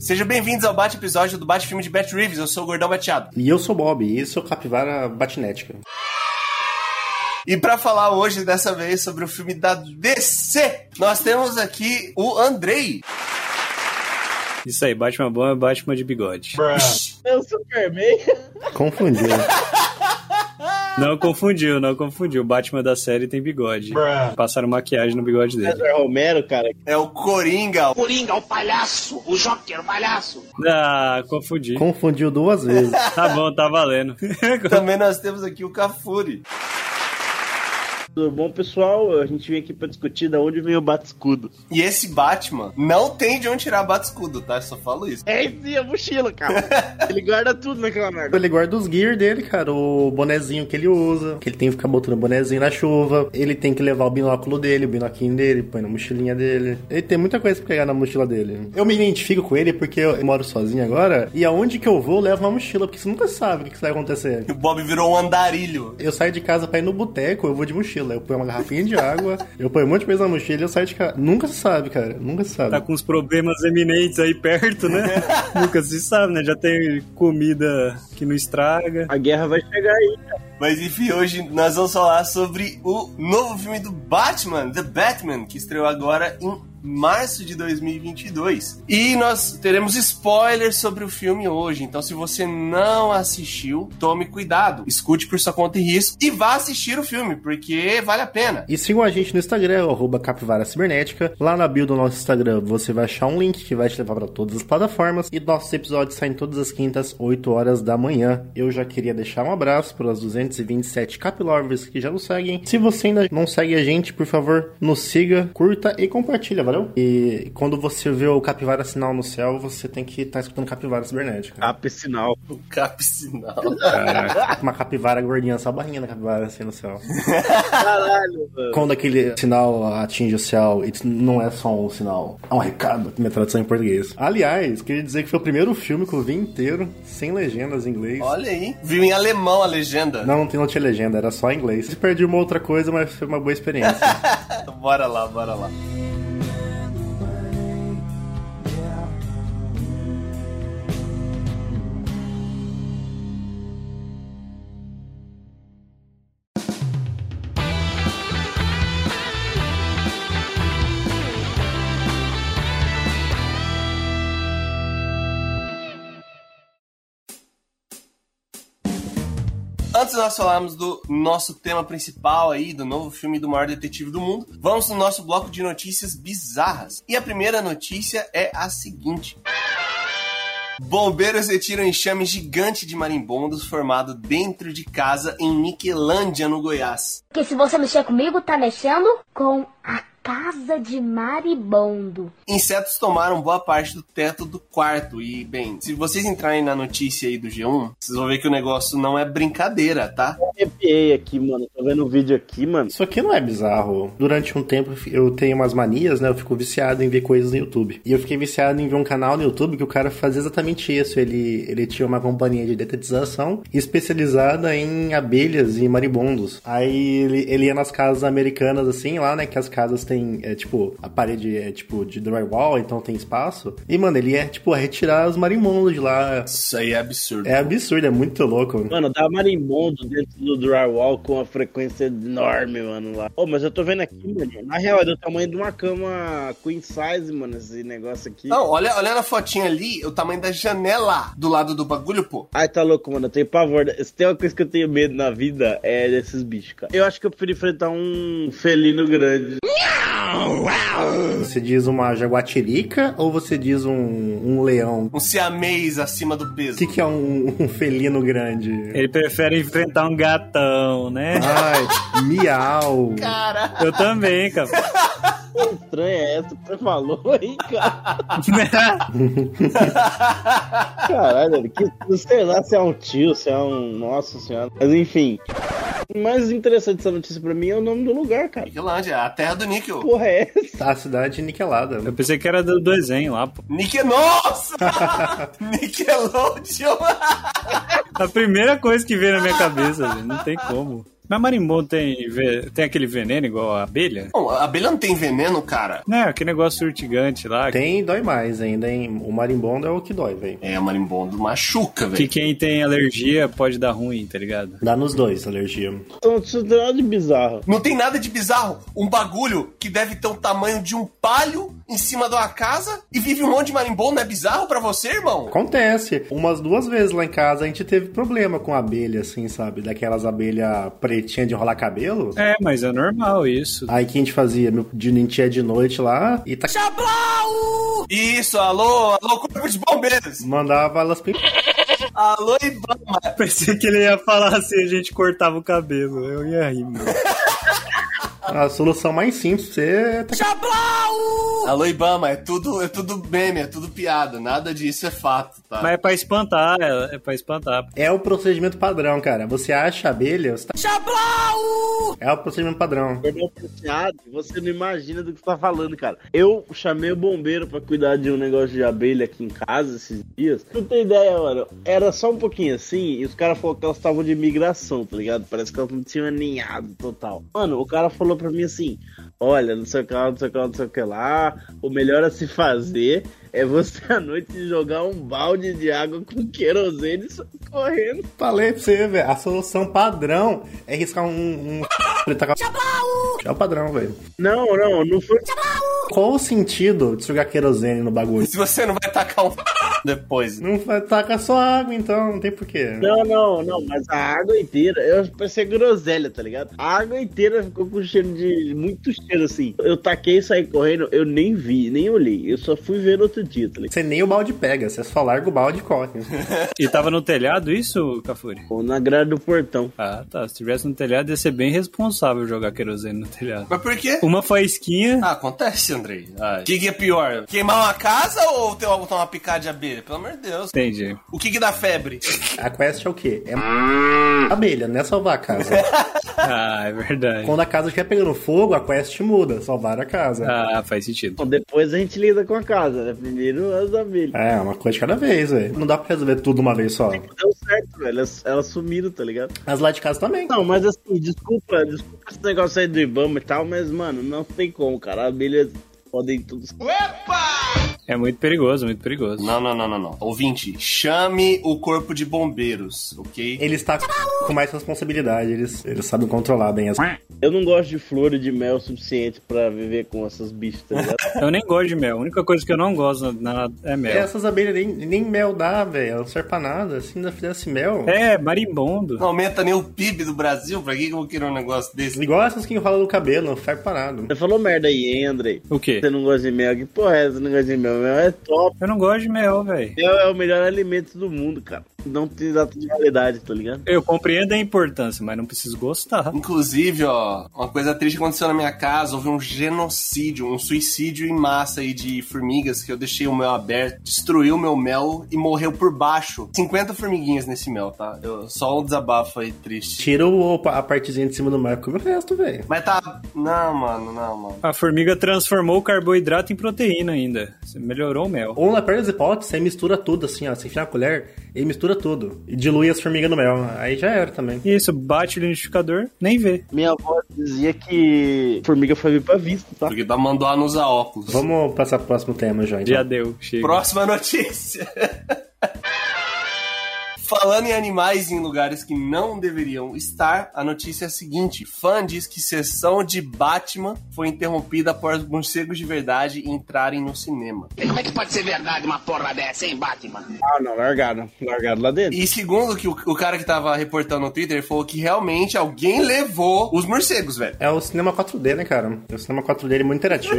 Sejam bem-vindos ao Bate Episódio do Bate Filme de Bat Reeves. Eu sou o Gordão Bateado. E eu sou Bob, e isso é o Capivara Batinética. E pra falar hoje, dessa vez, sobre o filme da DC, nós temos aqui o Andrei. Isso aí, Batman bom é Batman de bigode. Eu É Superman. Confundiu. Não confundiu, não confundiu. O Batman da série tem bigode. Passaram maquiagem no bigode dele. César Romero, cara. É o Coringa. Coringa, o palhaço, o Joker, o palhaço. Ah, confundi. Confundiu duas vezes. Tá bom, tá valendo. Também nós temos aqui o Cafuri. Tudo bom, pessoal? A gente vem aqui pra discutir da onde vem o bate-escudo. E esse Batman não tem de onde tirar bate-escudo, tá? Eu só falo isso. É esse a mochila, cara. Ele guarda tudo naquela merda. Ele guarda os gear dele, cara. O bonezinho que ele usa. Que ele tem que ficar botando o bonezinho na chuva. Ele tem que levar o binóculo dele, o binoquinho dele, põe na mochilinha dele. Ele tem muita coisa pra pegar na mochila dele. Eu me identifico com ele porque eu moro sozinho agora. E aonde que eu vou, eu levo uma mochila. Porque você nunca sabe o que, que vai acontecer. O Bob virou um andarilho. Eu saio de casa pra ir no boteco, eu vou de mochila. Eu ponho uma garrafinha de água, eu ponho um monte de coisa na mochila e eu saio de casa. Nunca se sabe, cara. Nunca se sabe. Tá com uns problemas eminentes aí perto, né? Nunca se sabe, né? Já tem comida que não estraga. A guerra vai chegar aí. Mas enfim, hoje nós vamos falar sobre o novo filme do Batman, The Batman, que estreou agora em março de 2022. E nós teremos spoilers sobre o filme hoje, então se você não assistiu, tome cuidado, escute por sua conta e risco e vá assistir o filme, porque vale a pena. E sigam a gente no Instagram, o arroba Capivara Cibernética. Lá na bio do nosso Instagram você vai achar um link que vai te levar para todas as plataformas. E nossos episódios saem todas as quintas, 8 horas da manhã. Eu já queria deixar um abraço para as 227 capilovers que já nos seguem. Se você ainda não segue a gente, por favor, nos siga, curta e compartilha, valeu? E quando você vê o Capivara Sinal no céu, você tem que estar escutando Capivara Cibernética. Cap sinal. O Cap Sinal. Uma capivara gordinha, só a barrinha da capivara assim no céu. Caralho, mano. Quando aquele sinal atinge o céu, isso não é só um sinal, é um recado. Minha tradução em português. Aliás, queria dizer que foi o primeiro filme que eu vi inteiro, sem legendas em inglês. Olha aí. Viu em alemão a legenda. Não, não tinha legenda, era só em inglês. Perdi uma outra coisa, mas foi uma boa experiência. Bora lá, bora lá. Antes de nós falarmos do nosso tema principal aí, do novo filme do maior detetive do mundo, vamos no nosso bloco de notícias bizarras. E a primeira notícia é a seguinte. Bombeiros retiram enxame gigante de marimbondos formado dentro de casa em Niquelândia, no Goiás. Porque se você mexer comigo, tá mexendo com a casa de Maribondo. Insetos tomaram boa parte do teto do quarto. E, bem, se vocês entrarem na notícia aí do G1, vocês vão ver que o negócio não é brincadeira, tá? arrepiei aqui, mano. Tô vendo o vídeo aqui, mano. Isso aqui não é bizarro. Durante um tempo eu tenho umas manias, né? Eu fico viciado em ver coisas no YouTube. E eu fiquei viciado em ver um canal no YouTube que o cara fazia exatamente isso. Ele, ele tinha uma companhia de detetização especializada em abelhas e maribondos. Aí ele, ele ia nas casas americanas, assim, lá, né? Que as casas têm, é, tipo, a parede é, tipo, de drywall, então tem espaço. E, mano, ele ia, tipo, retirar os marimbondos de lá. Isso aí é absurdo. É absurdo, é muito louco. Mano, dá marimbondo dentro do drywall com uma frequência enorme, mano, lá. Ô, mas eu tô vendo aqui, mano. Na real, é do tamanho de uma cama queen size, mano, esse negócio aqui. Não, olha, olha na fotinha ali, o tamanho da janela do lado do bagulho, pô. Ai, tá louco, mano. Eu tenho pavor. Se tem uma coisa que eu tenho medo na vida, é desses bichos, cara. Eu acho que eu prefiro enfrentar um felino grande. Você diz uma jaguatirica ou você diz um, um leão? Um siamês acima do O peso. que, que é um, um felino grande? Ele prefere enfrentar um gatão, né? Ai, miau. Eu também, cara. Que estranha é essa que você falou, hein, cara? Caralho, velho, que, sei lá se é um tio, se é um. Nossa senhora. Mas enfim. O mais interessante dessa notícia pra mim é o nome do lugar, cara. Niquelândia, a terra do níquel. Que porra é essa? A cidade niquelada. Eu pensei que era do desenho lá, pô. Nique... Nossa! Nickelodeon! A primeira coisa que veio na minha cabeça, velho. Não tem como. Mas marimbondo tem, ve- tem aquele veneno igual a abelha? Bom, a abelha não tem veneno, cara. Né, aquele negócio urtigante lá. Tem e dói mais ainda, hein? O marimbondo é o que dói, velho. É, o marimbondo machuca, Que velho. quem tem alergia pode dar ruim, tá ligado? Dá nos dois, alergia. Então, isso não é nada de bizarro. Não tem nada de bizarro. Um bagulho que deve ter o tamanho de um palho em cima de uma casa e vive um monte de marimbondo. Não é bizarro pra você, irmão? Acontece. Umas duas vezes lá em casa a gente teve problema com abelha, assim, sabe? Daquelas abelhas pretinhas de enrolar cabelo. É, mas é normal isso. Aí o que a gente fazia? Meu de- a gente ia de noite lá e tá... Chablau! Isso, alô, alô, corpo de bombeiros. mandava elas pim- Alô, Ibama. Pensei que ele ia falar assim, a gente cortava o cabelo. Eu ia rir, mano. A solução mais simples, você tá... Alô, Ibama, é tudo, é tudo meme, é tudo piada. Nada disso é fato, tá? Mas é pra espantar, é, é pra espantar. É o procedimento padrão, cara. Você acha a abelha, você tá... É o procedimento padrão. Cordão prateado, você não imagina do que você tá falando, cara. Eu chamei o bombeiro pra cuidar de um negócio de abelha aqui em casa esses dias. Tu tem ideia, mano? Era só um pouquinho assim e os caras falaram que elas estavam de migração, tá ligado? Parece que elas não tinham aninhado total. Mano, o cara falou pra mim assim: olha, não sei o que lá, não sei o que lá, não sei o que lá. O melhor a se fazer é você à noite jogar um balde de água com querosene e sair correndo. Falei pra você, velho. A solução padrão é riscar um... um... É o padrão, velho. Não, não, não foi. Qual o sentido de jogar querosene no bagulho? Se você não vai tacar um depois. Não vai tacar só água, então não tem porquê. Não, não, não, mas a água inteira, eu pensei groselha, tá ligado? A água inteira ficou com cheiro de. muito cheiro assim. Eu taquei e saí correndo, eu nem vi, nem olhei. Eu só fui ver no outro dia, tá ligado? Você nem o balde pega, você só larga o balde e corre. E tava no telhado isso, Cafuri? Ou Na grade do portão. Ah, tá. Se tivesse no telhado, ia ser bem responsável jogar querosene no telhado. Mas por quê? Uma faísquinha. Ah, acontece, Andrei. O que, que é pior? Queimar uma casa ou ter uma, tomar uma picada de abelha? Pelo amor de Deus. Entendi. O que, que dá febre? A quest é o quê? É abelha, não é salvar a casa. Ah, é verdade. Quando a casa estiver pegando fogo, a quest muda, salvar a casa. Ah, faz sentido. Bom, depois a gente lida com a casa, né? Primeiro as abelhas. É, uma coisa de cada vez, velho. Não dá pra resolver tudo de uma vez só. Deu certo, velho. Elas, elas sumiram, tá ligado? As lá de casa também. Não, mas assim, desculpa, desculpa esse negócio aí do Ibama e tal, mas, mano, não tem como, cara. Abelhas podem tudo. É muito perigoso, muito perigoso. Não, não, não, não, não. Ouvinte, chame o corpo de bombeiros, ok? Ele está tá com mais responsabilidade, eles, eles sabem controlar bem as... Eu não gosto de flor e de mel o suficiente pra viver com essas bichas, tá ligado? Eu nem gosto de mel. A única coisa que eu não gosto na, na- é mel. Essas abelhas nem, nem mel dá, velho. Não serve pra nada. Se ainda fizesse mel... É, marimbondo. Não aumenta nem o PIB do Brasil, pra que que eu vou querer um negócio desse? Igual essas que enrolam no cabelo, não serve pra nada. Você falou merda aí, hein, Andrei? O quê? Você não gosta de mel? Que porra é essa? Você não gosta de mel? Mel é top. Eu não gosto de mel, velho. Mel é o melhor alimento do mundo, cara. Não tem data de validade, tá ligado? Eu compreendo a importância, mas não preciso gostar. Inclusive, ó, uma coisa triste aconteceu na minha casa, houve um genocídio, um suicídio em massa aí de formigas que eu deixei o mel aberto, destruiu o meu mel e morreu por baixo. 50 formiguinhas nesse mel, tá? Eu, só um desabafo aí triste. Tira o- a partezinha de cima do mel e come o resto, velho. Mas tá. Não, mano, não, mano. A formiga transformou o carboidrato em proteína ainda. Você melhorou o mel. Ou na perna das hipóteses, você mistura tudo, assim, ó. Você enfia a colher e mistura tudo. E dilui as formigas no mel. Aí já era também. Isso, bate o liquidificador, nem vê. Minha avó dizia que formiga foi vir pra vista, tá? Porque tá mandando usar óculos. Vamos passar pro próximo tema já, então. Já deu, chega. Próxima notícia. Falando em animais em lugares que não deveriam estar, a notícia é a seguinte: fã diz que sessão de Batman foi interrompida após morcegos de verdade entrarem no cinema. E como é que pode ser verdade uma porra dessa, hein, Batman? Ah, não, largaram. Largaram lá dentro. E segundo que o, o cara que tava reportando no Twitter, ele falou que realmente alguém levou os morcegos, velho. É o cinema 4D, né, cara? O cinema 4D ele é muito interativo.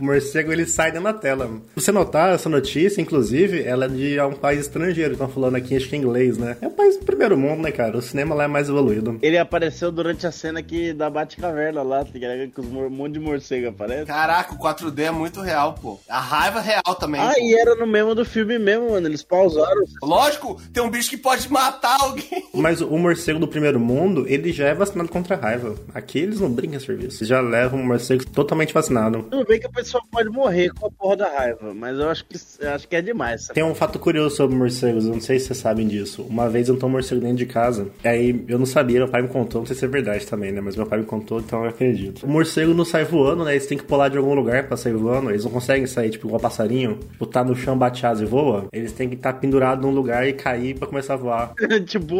o morcego, ele sai dentro da tela. Se você notar, essa notícia, inclusive, ela é de um país estrangeiro. Estão falando aqui, acho que é inglês, né? É um país do primeiro mundo, né, cara? O cinema lá é mais evoluído. Ele apareceu durante a cena que da Bate-Caverna lá, tá ligado? Que os mor- um monte de morcego aparece. Caraca, o 4D é muito real, pô. A raiva é real também. Ah, pô. e era no mesmo do filme mesmo, mano. Eles pausaram. Lógico, tem um bicho que pode matar alguém. Mas o morcego do primeiro mundo, ele já é vacinado contra a raiva. Aqui eles não brincam serviço. Já levam o um morcego totalmente vacinado. Tudo bem que eu pensei pessoa pode morrer com a porra da raiva, mas eu acho que, eu acho que é demais. Sabe? Tem um fato curioso sobre morcegos, eu não sei se vocês sabem disso. Uma vez eu tô um morcego dentro de casa, aí eu não sabia, meu pai me contou, não sei se é verdade também, né? Mas meu pai me contou, então eu acredito. O morcego não sai voando, né? Eles têm que pular de algum lugar pra sair voando, eles não conseguem sair, tipo, igual passarinho, tipo, tá no chão, bate asa e voa. Eles têm que estar pendurado num lugar e cair pra começar a voar. tipo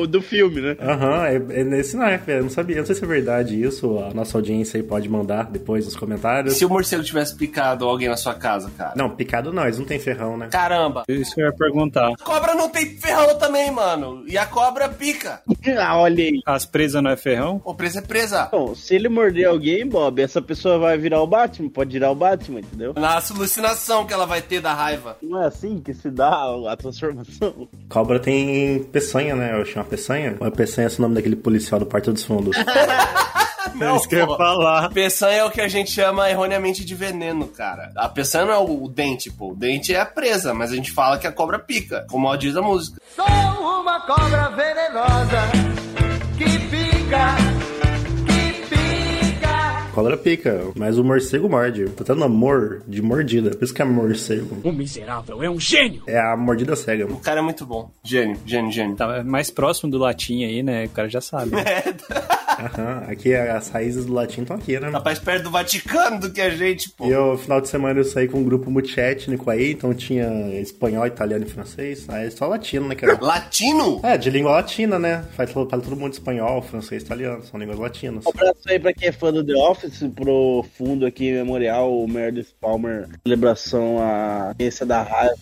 o do filme, né? Aham, é, é nesse naipe, eu não sabia, eu não sei se é verdade isso, a nossa audiência aí pode mandar depois nos comentários. Se o morcego tivesse picado alguém na sua casa, cara. Não, picado não, eles não têm ferrão, né? Caramba. Isso eu ia perguntar. Cobra não tem ferrão também, mano. E a cobra pica. ah, olha aí. As presas não é ferrão? Ô, presa é presa. Bom, se ele morder alguém, Bob, essa pessoa vai virar o Batman, pode virar o Batman, entendeu? Na alucinação que ela vai ter da raiva. Não é assim que se dá a transformação. Cobra tem peçanha, né? Eu chamo peçanha. Uma peçanha é esse o nome daquele policial do Porta dos Fundos. é isso que eu ia pô. falar. Peçanha é o que a gente chama erroneamente de veneno, cara. A peçanha não é o, o dente, pô. O dente é a presa, mas a gente fala que a cobra pica, como diz a música. Sou uma cobra venenosa que pica, que pica. Cobra é pica, mas o morcego morde. Tá tendo amor de mordida, por isso que é morcego. O miserável é um gênio! É a mordida cega. O cara é muito bom. Gênio, gênio, gênio. Tá mais próximo do latim aí, né? O cara já sabe. né? É, Aham, aqui as raízes do latim estão aqui, né? tá mais perto do Vaticano do que a gente, pô. E eu, final de semana eu saí com um grupo multiétnico aí, então tinha espanhol, italiano e francês, aí só latino, né, cara? Latino? É, de língua latina, né? Faz fala todo mundo espanhol, francês, italiano, são línguas latinas. Um abraço aí pra quem é fã do The Office, pro fundo aqui memorial, o Meredith Palmer, celebração à ciência da raiva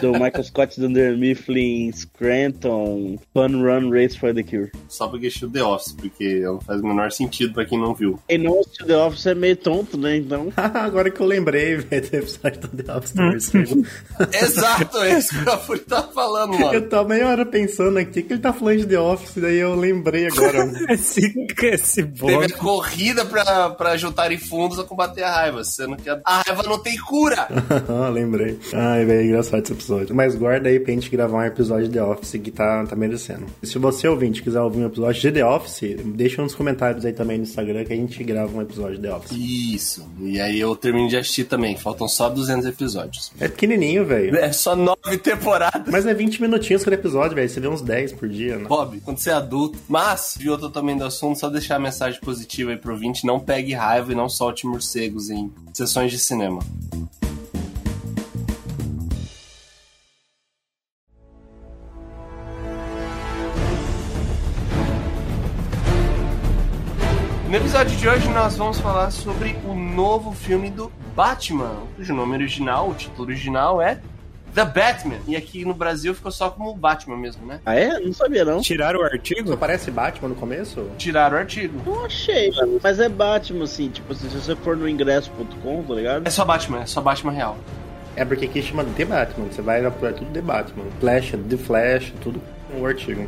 do Michael Scott Dunder Mifflin, Scranton, Fun Run Race for the Cure. Só porque assistiu The Office, porque não faz o menor sentido pra quem não viu. Quem não assistiu The Office é meio tonto, né? Então, Agora que eu lembrei, velho, do episódio do The Office do morcego. Exato, é isso que o Furi tá falando, mano. Eu também era pensando aqui que ele tá falando de The Office, daí eu lembrei agora. Esse, esse Teve bode. a corrida pra, pra juntarem fundos a combater a raiva, sendo que a, a raiva não tem cura. Ah, lembrei. Ai, velho, é engraçado esse episódio. Mas guarda aí pra gente gravar um episódio de The Office que tá, tá merecendo. E se você ouvinte quiser ouvir um episódio de The Office, deixa nos comentários aí também no Instagram que a gente grava um episódio de The Office. Isso. E aí eu termino de assistir também. Faltam só 200 episódios. É pequenininho, velho. É só nove temporadas. Mas é 20 minutinhos cada episódio, velho. Você vê uns 10 por dia, né? Bob, quando você é adulto, mas viu totalmente do assunto, só deixar a mensagem positiva aí pro 20, não pegue raiva e não solte morcegos em sessões de cinema. No episódio de hoje nós vamos falar sobre o novo filme do Batman, cujo nome original, o título original é The Batman. E aqui no Brasil ficou só como Batman mesmo, né? ah é? Não sabia não. Tiraram o artigo? Só parece Batman no começo? Tiraram o artigo. Não achei, mano. Mas é Batman, assim, tipo assim, se você for no ingresso.com, tá ligado? É só Batman, é só Batman real. É porque aqui chama The Batman. Você vai na é tudo The Batman. Flash, The Flash, tudo um artigo.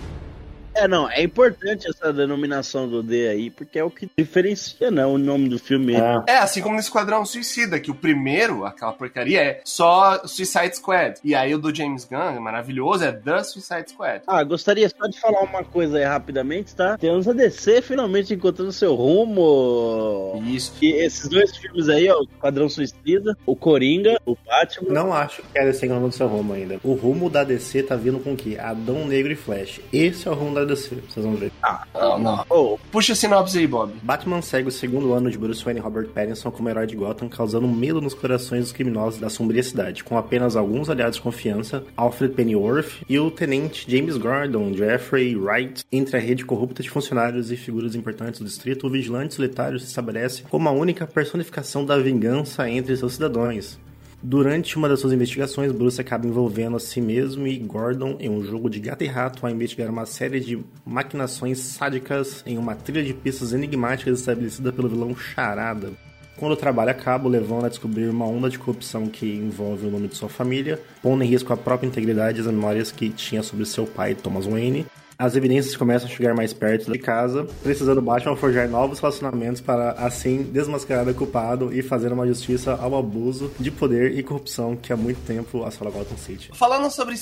É, não, é importante essa denominação do D aí, porque é o que diferencia, né, o nome do filme. Ah, É, assim como no Esquadrão Suicida, que o primeiro, aquela porcaria, é só Suicide Squad. E aí o do James Gunn, é maravilhoso, é The Suicide Squad. Ah, gostaria só de falar uma coisa aí rapidamente, tá? Temos a DC finalmente encontrando seu rumo. Isso. E esses dois filmes aí, ó, o Esquadrão Suicida, o Coringa, o Batman. Não acho que a DC enganou no seu rumo ainda. O rumo da DC tá vindo com o quê? Adão Negro e Flash. Esse é o rumo da DC, vocês vão ver. Não, não. Oh, Puxa a sinopse aí, Bob. Batman segue o segundo ano de Bruce Wayne e Robert Pattinson como herói de Gotham, causando medo nos corações dos criminosos da sombria cidade, com apenas alguns aliados de confiança, Alfred Pennyworth e o tenente James Gordon, Jeffrey Wright. Entre a rede corrupta de funcionários e figuras importantes do distrito, o vigilante solitário se estabelece como a única personificação da vingança entre seus cidadãos. Durante uma das suas investigações, Bruce acaba envolvendo a si mesmo e Gordon em um jogo de gato e rato a investigar uma série de maquinações sádicas em uma trilha de pistas enigmáticas estabelecida pelo vilão Charada. Quando o trabalho acaba, o levando a descobrir uma onda de corrupção que envolve o nome de sua família, pondo em risco a própria integridade e as memórias que tinha sobre seu pai, Thomas Wayne. As evidências começam a chegar mais perto de casa, precisando Batman forjar novos relacionamentos para assim desmascarar o culpado e fazer uma justiça ao abuso de poder e corrupção que há muito tempo assola Gotham City. Falando sobre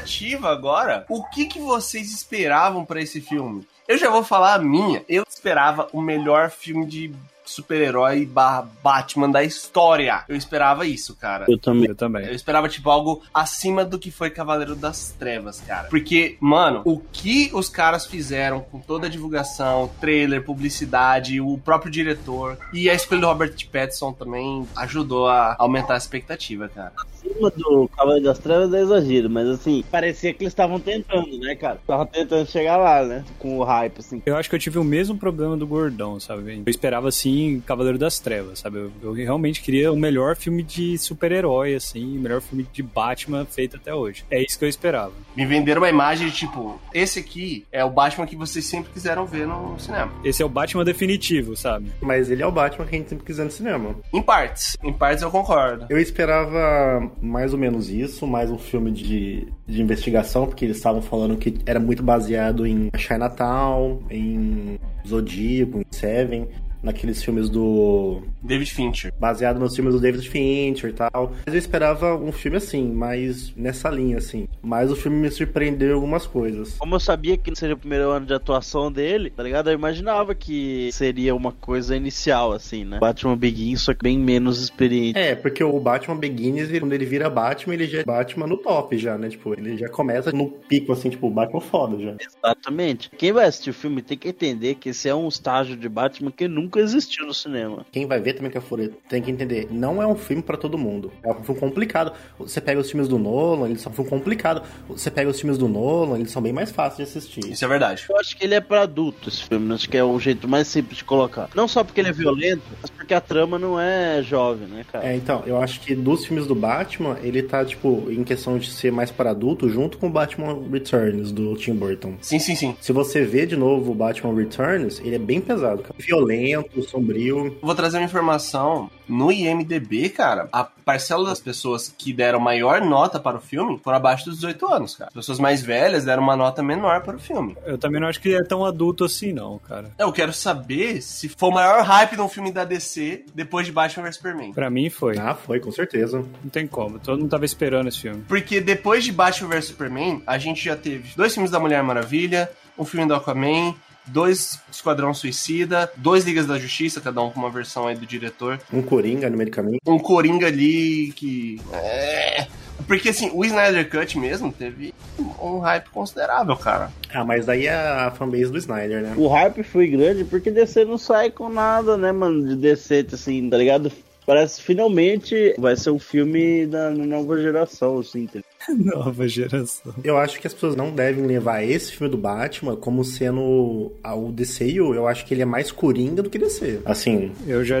expectativa agora, o que, que vocês esperavam pra esse filme? Eu já vou falar a minha. Eu esperava o melhor filme de super-herói barra Batman da história. Eu esperava isso, cara. Eu também. Eu também. Eu esperava, tipo, algo acima do que foi Cavaleiro das Trevas, cara. Porque, mano, o que os caras fizeram com toda a divulgação, trailer, publicidade, o próprio diretor e a escolha do Robert Pattinson também ajudou a aumentar a expectativa, cara. Acima do Cavaleiro das Trevas é exagero, mas assim, parecia que eles estavam tentando, né, cara? Estavam tentando chegar lá, né? Com o hype, assim. Eu acho que eu tive o mesmo problema do Gordão, sabe? Eu esperava, assim, Cavaleiro das Trevas, sabe? Eu, eu realmente queria o melhor filme de super-herói, assim, o melhor filme de Batman feito até hoje. É isso que eu esperava. Me venderam uma imagem de, tipo, esse aqui é o Batman que vocês sempre quiseram ver no cinema. Esse é o Batman definitivo, sabe? Mas ele é o Batman que a gente sempre quiser no cinema. Em partes. Em partes eu concordo. Eu esperava mais ou menos isso, mais um filme de, de investigação, porque eles estavam falando que era muito baseado em Chinatown, em Zodíaco, em Seven, naqueles filmes do. David Fincher. baseado nos filmes do David Fincher e tal. Mas eu esperava um filme assim, mais nessa linha, assim. Mas o filme me surpreendeu em algumas coisas. Como eu sabia que seria o primeiro ano de atuação dele, tá ligado? Eu imaginava que seria uma coisa inicial, assim, né? Batman Begins, só que bem menos experiente. É, porque o Batman Begins, ele- quando ele vira Batman, ele já é Batman no top já, né? Tipo, ele já começa no pico, assim, tipo, o Batman foda já. Exatamente. Quem vai assistir o filme tem que entender que esse é um estágio de Batman que nunca existiu no cinema. Quem vai ver também que é fuleiro tem que entender, não é um filme pra todo mundo. É um filme complicado. Você pega os filmes do Nolan, eles são um filme complicado. Você pega os filmes do Nolan, eles são bem mais fáceis de assistir. Isso é verdade. Eu acho que ele é pra adulto, esse filme. Acho que é o jeito mais simples de colocar. Não só porque ele é violento, mas porque a trama não é jovem, né, cara? É, então, eu acho que dos filmes do Batman, ele tá, tipo, em questão de ser mais para adulto, junto com o Batman Returns, do Tim Burton. Sim, sim, sim. Se você vê de novo o Batman Returns, ele é bem pesado, cara. Violento, sombrio. Vou trazer uma informação. No IMDB, cara, a parcela das pessoas que deram maior nota para o filme foram abaixo dos 18 anos, cara. As pessoas mais velhas deram uma nota menor para o filme. Eu também não acho que é tão adulto assim, não, cara. Eu quero saber se foi o maior hype de um filme da DC depois de Batman vs Superman. Pra mim foi. Ah, foi, com certeza. Não tem como. Todo mundo tava esperando esse filme. Porque depois de Batman vs Superman, a gente já teve dois filmes da Mulher Maravilha, um filme do Aquaman, dois Esquadrão Suicida, dois Ligas da Justiça, cada um com uma versão aí do diretor. Um Coringa, numericamente. um Coringa ali que. É. Porque assim, o Snyder Cut mesmo teve um hype considerável, cara. Ah, mas daí é a fanbase do Snyder, né? O hype foi grande porque DC não sai com nada, né, mano? De DC, assim, tá ligado? Parece que finalmente vai ser um filme da nova geração, assim, tá ligado? Nova geração. Eu acho que as pessoas não devem levar esse filme do Batman como sendo a- o DCU. Eu acho que ele é mais Coringa do que DC. Assim, Eu já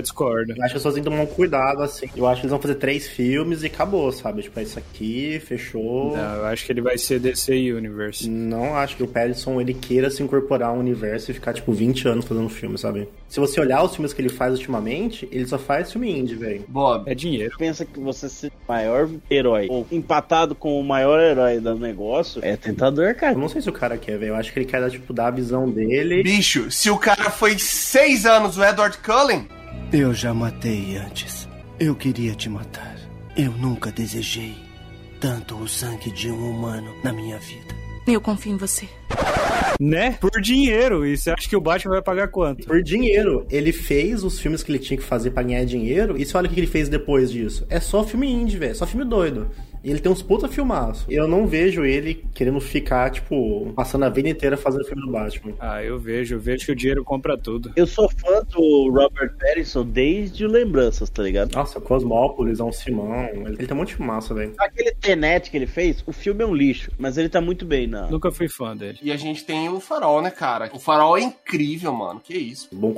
eu discordo. acho que as pessoas têm que tomar um cuidado, assim. Eu acho que eles vão fazer três filmes e acabou, sabe? Tipo, é isso aqui, fechou. Não, Ah, eu acho que ele vai ser DC Universe. Não acho que o Pattinson ele queira se incorporar ao universo e ficar, tipo, 20 anos fazendo filme, sabe? Se você olhar os filmes que ele faz ultimamente, ele só faz filme indie, velho. Bob, É dinheiro. Pensa que você ser o maior herói ou empatado com o maior herói do negócio é tentador, Eu cara. não sei se o cara quer, velho. Eu acho que ele quer, tipo, dar a visão dele. bicho, se o cara foi seis anos o Edward Cullen, Eu já matei antes. Eu queria te matar. Eu nunca desejei tanto o sangue de um humano na minha vida. Eu confio em você. Né? Por dinheiro. E você acha que o Batman vai pagar quanto? Por dinheiro. Ele fez os filmes que ele tinha que fazer pra ganhar dinheiro. E você olha o que ele fez depois disso. É só filme indie, velho. Só filme doido. E ele tem uns puta filmaço. Eu não vejo ele querendo ficar, tipo, passando a vida inteira fazendo filme do Batman. Ah, eu vejo. Eu vejo que o dinheiro compra tudo. Eu sou fã do Robert Pattinson desde o Lembranças, tá ligado? Nossa, Cosmópolis é um Simão. Ele tem um monte de filmaço, velho. Aquele Tenet que ele fez, o filme é um lixo, mas ele tá muito bem na. Nunca fui fã dele. e a gente tem o Farol, né, cara? O Farol é incrível, mano. Que isso? Bom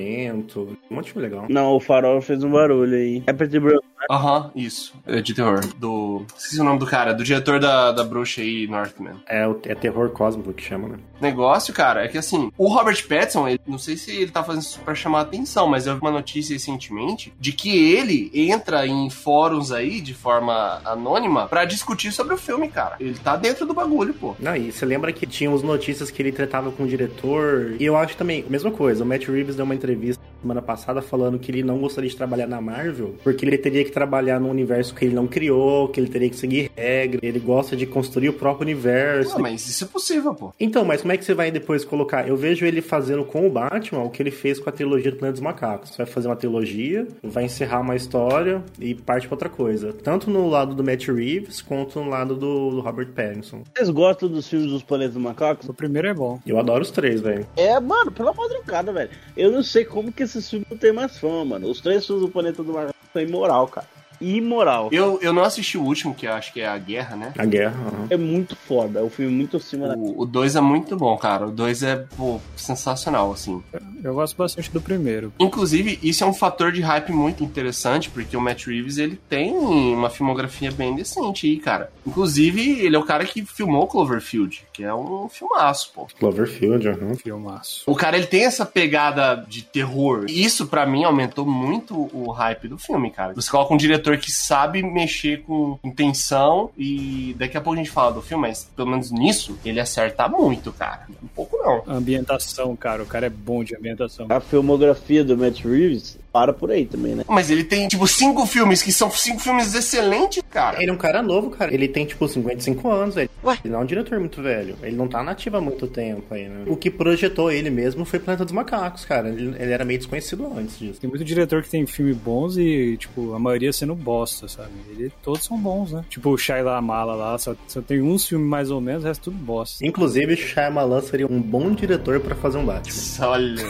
comportamento. Um monte de filme legal. Não, o farol fez um barulho aí. É Pretty Brown. Aham, isso. É de terror. Do. Esqueci o nome do cara, do diretor da, da bruxa aí, Northman. É, o- é terror cósmico que chama, né? negócio, cara, é que assim, o Robert Pattinson, ele- não sei se ele tá fazendo isso pra chamar a atenção, mas eu vi uma notícia recentemente de que ele entra em fóruns aí, de forma anônima, pra discutir sobre o filme, cara. Ele tá dentro do bagulho, pô. Não, e você lembra que tinha uns notícias que ele tretava com o diretor? E eu acho também, mesma coisa, o Matt Reeves deu uma entrevista semana passada falando que ele não gostaria de trabalhar na Marvel, porque ele teria que trabalhar num universo que ele não criou, que ele teria que seguir regra, ele gosta de construir o próprio universo. Ah, mas isso é possível, pô. Então, mas como é que você vai depois colocar? Eu vejo ele fazendo com o Batman o que ele fez com a trilogia do Planeta dos Macacos. Vai fazer uma trilogia, vai encerrar uma história e parte pra outra coisa. Tanto no lado do Matt Reeves quanto no lado do, do Robert Pattinson. Vocês gostam dos filmes dos Planetas Macacos? O primeiro é bom. Eu adoro os três, velho. É, mano, pela madrugada, velho. Eu não sei como que esses filmes não tem mais fama, mano. Os três filmes do Planeta do Macaco são imoral, cara. Imoral. Eu, eu não assisti o último, que eu acho que é a Guerra, né? A guerra. aham. É muito foda. É um filme muito acima da. O 2 é muito bom, cara. O 2 é pô, sensacional, assim. Eu gosto bastante do primeiro. Inclusive, isso é um fator de hype muito interessante, porque o Matt Reeves, ele tem uma filmografia bem decente aí, cara. Inclusive, ele é o cara que filmou Cloverfield, que é um filmaço, pô. Cloverfield, aham. é um Filmaço. O cara, ele tem essa pegada de terror. E isso, pra mim, aumentou muito o hype do filme, cara. Você coloca um diretor que sabe mexer com intenção e daqui a pouco a gente fala do filme, mas pelo menos nisso, ele acerta muito, cara. Um pouco não. A ambientação, cara. O cara é bom de ambientação. A filmografia do Matt Reeves para por aí também, né? Mas ele tem, tipo, cinco filmes, que são cinco filmes excelentes, cara. Ele é um cara novo, cara. Ele tem, tipo, 55 anos, velho. Ele não é um diretor muito velho. Ele não tá nativa há muito tempo aí, né? O que projetou ele mesmo foi Planeta dos Macacos, cara. Ele, ele era meio desconhecido antes disso. Tem muito diretor que tem filme bons e, tipo, a maioria sendo bosta, sabe? Ele, todos são bons, né? Tipo, o Shaila Mala lá, só, só tem uns filmes mais ou menos, o resto tudo bosta. Inclusive, Shyamalan seria um bom diretor pra fazer um Batman. Olha.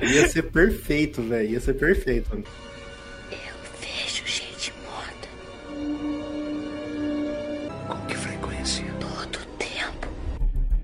Ia ser perfeito, velho. Ia ser perfeito. né? Eu vejo gente morta Com que frequência? todo tempo.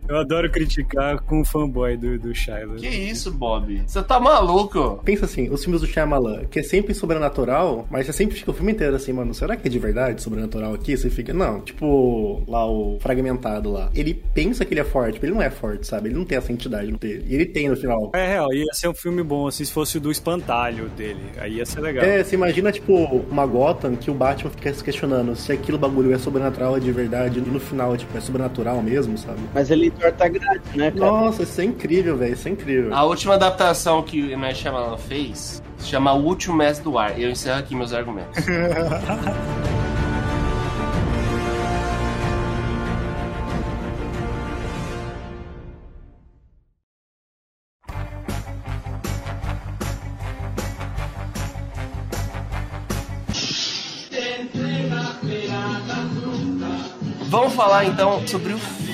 Eu adoro criticar com o fanboy do, do Shaila. Que isso, Bob? Você tá maluco? Pensa assim, os filmes do Shyamalan, que é sempre sobrenatural, mas você sempre fica o filme inteiro assim, mano, será que é de verdade sobrenatural aqui? Você fica, não, tipo, lá o fragmentado lá. Ele pensa que ele é forte, mas ele não é forte, sabe? Ele não tem essa entidade dele. E ele tem no final. É real, ia ser um filme bom, assim, se fosse o do espantalho dele. Aí ia ser legal. É, você imagina, tipo, uma Gotham que o Batman fica se questionando se aquilo bagulho é sobrenatural é de verdade, e no final, tipo, é sobrenatural mesmo, sabe? Mas ele torta a grade, né, cara? Nossa, isso é incrível, velho, isso é incrível. A última adaptação que o Mestre Shyamalan fez se chama O Último Mestre do Ar. Eu encerro aqui meus argumentos. Vamos falar então sobre o filme.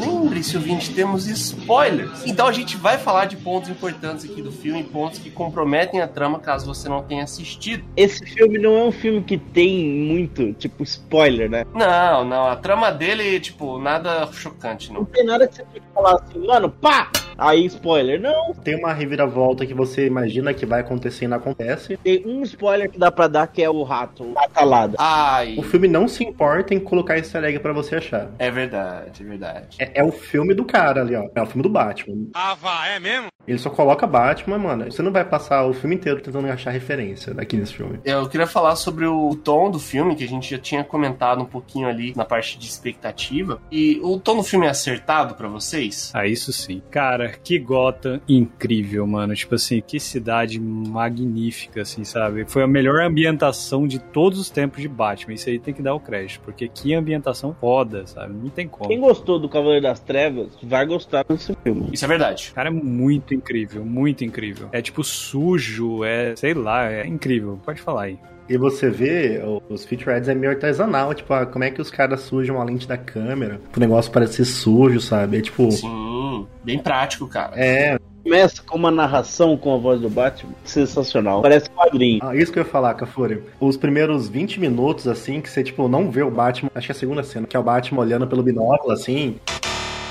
Lembre-se, ouvinte, temos spoilers. Então a gente vai falar de pontos importantes aqui do filme, pontos que comprometem a trama caso você não tenha assistido. Esse filme não é um filme que tem muito, tipo, spoiler, né? Não, não, a trama dele, tipo, nada chocante, Não não. tem nada que você pode falar assim, mano, pá! Aí, spoiler. Não, Tem uma reviravolta que você imagina que vai acontecer e não acontece. tem um spoiler que dá pra dar que é o rato, a calada. Ai, O filme não se importa em colocar easter egg pra você achar. é verdade, é verdade. É, é o filme do cara ali, ó. É o filme do Batman. Ah, vá, é mesmo? Ele só coloca Batman, mano. Você não vai passar o filme inteiro tentando achar referência daqui nesse filme. Eu queria falar sobre o tom do filme, que a gente já tinha comentado um pouquinho ali na parte de expectativa. E o tom do filme é acertado pra vocês? Ah, isso sim. Cara, que gota incrível, mano. Tipo assim, que cidade magnífica, assim, sabe? Foi a melhor ambientação de todos os tempos de Batman. Isso aí tem que dar o crédito, porque que ambientação foda, sabe? Não tem como. Quem gostou do Cavaleiro das Trevas vai gostar desse filme. Isso é verdade. Cara, é muito incrível, muito incrível. É tipo sujo, é, sei lá, é incrível. Pode falar aí. E você vê, o- os feature ads é meio artesanal. Tipo, ah, como é que os caras sujam a lente da câmera? O negócio parece ser sujo, sabe? É tipo. Sim, bem prático, cara. É, Começa com uma narração com a voz do Batman. Sensacional. Parece quadrinho. ah, isso que eu ia falar, Cafuri. Os primeiros 20 minutos, assim, que você, tipo, não vê o Batman. Acho que é a segunda cena, que é o Batman olhando pelo binóculo, assim.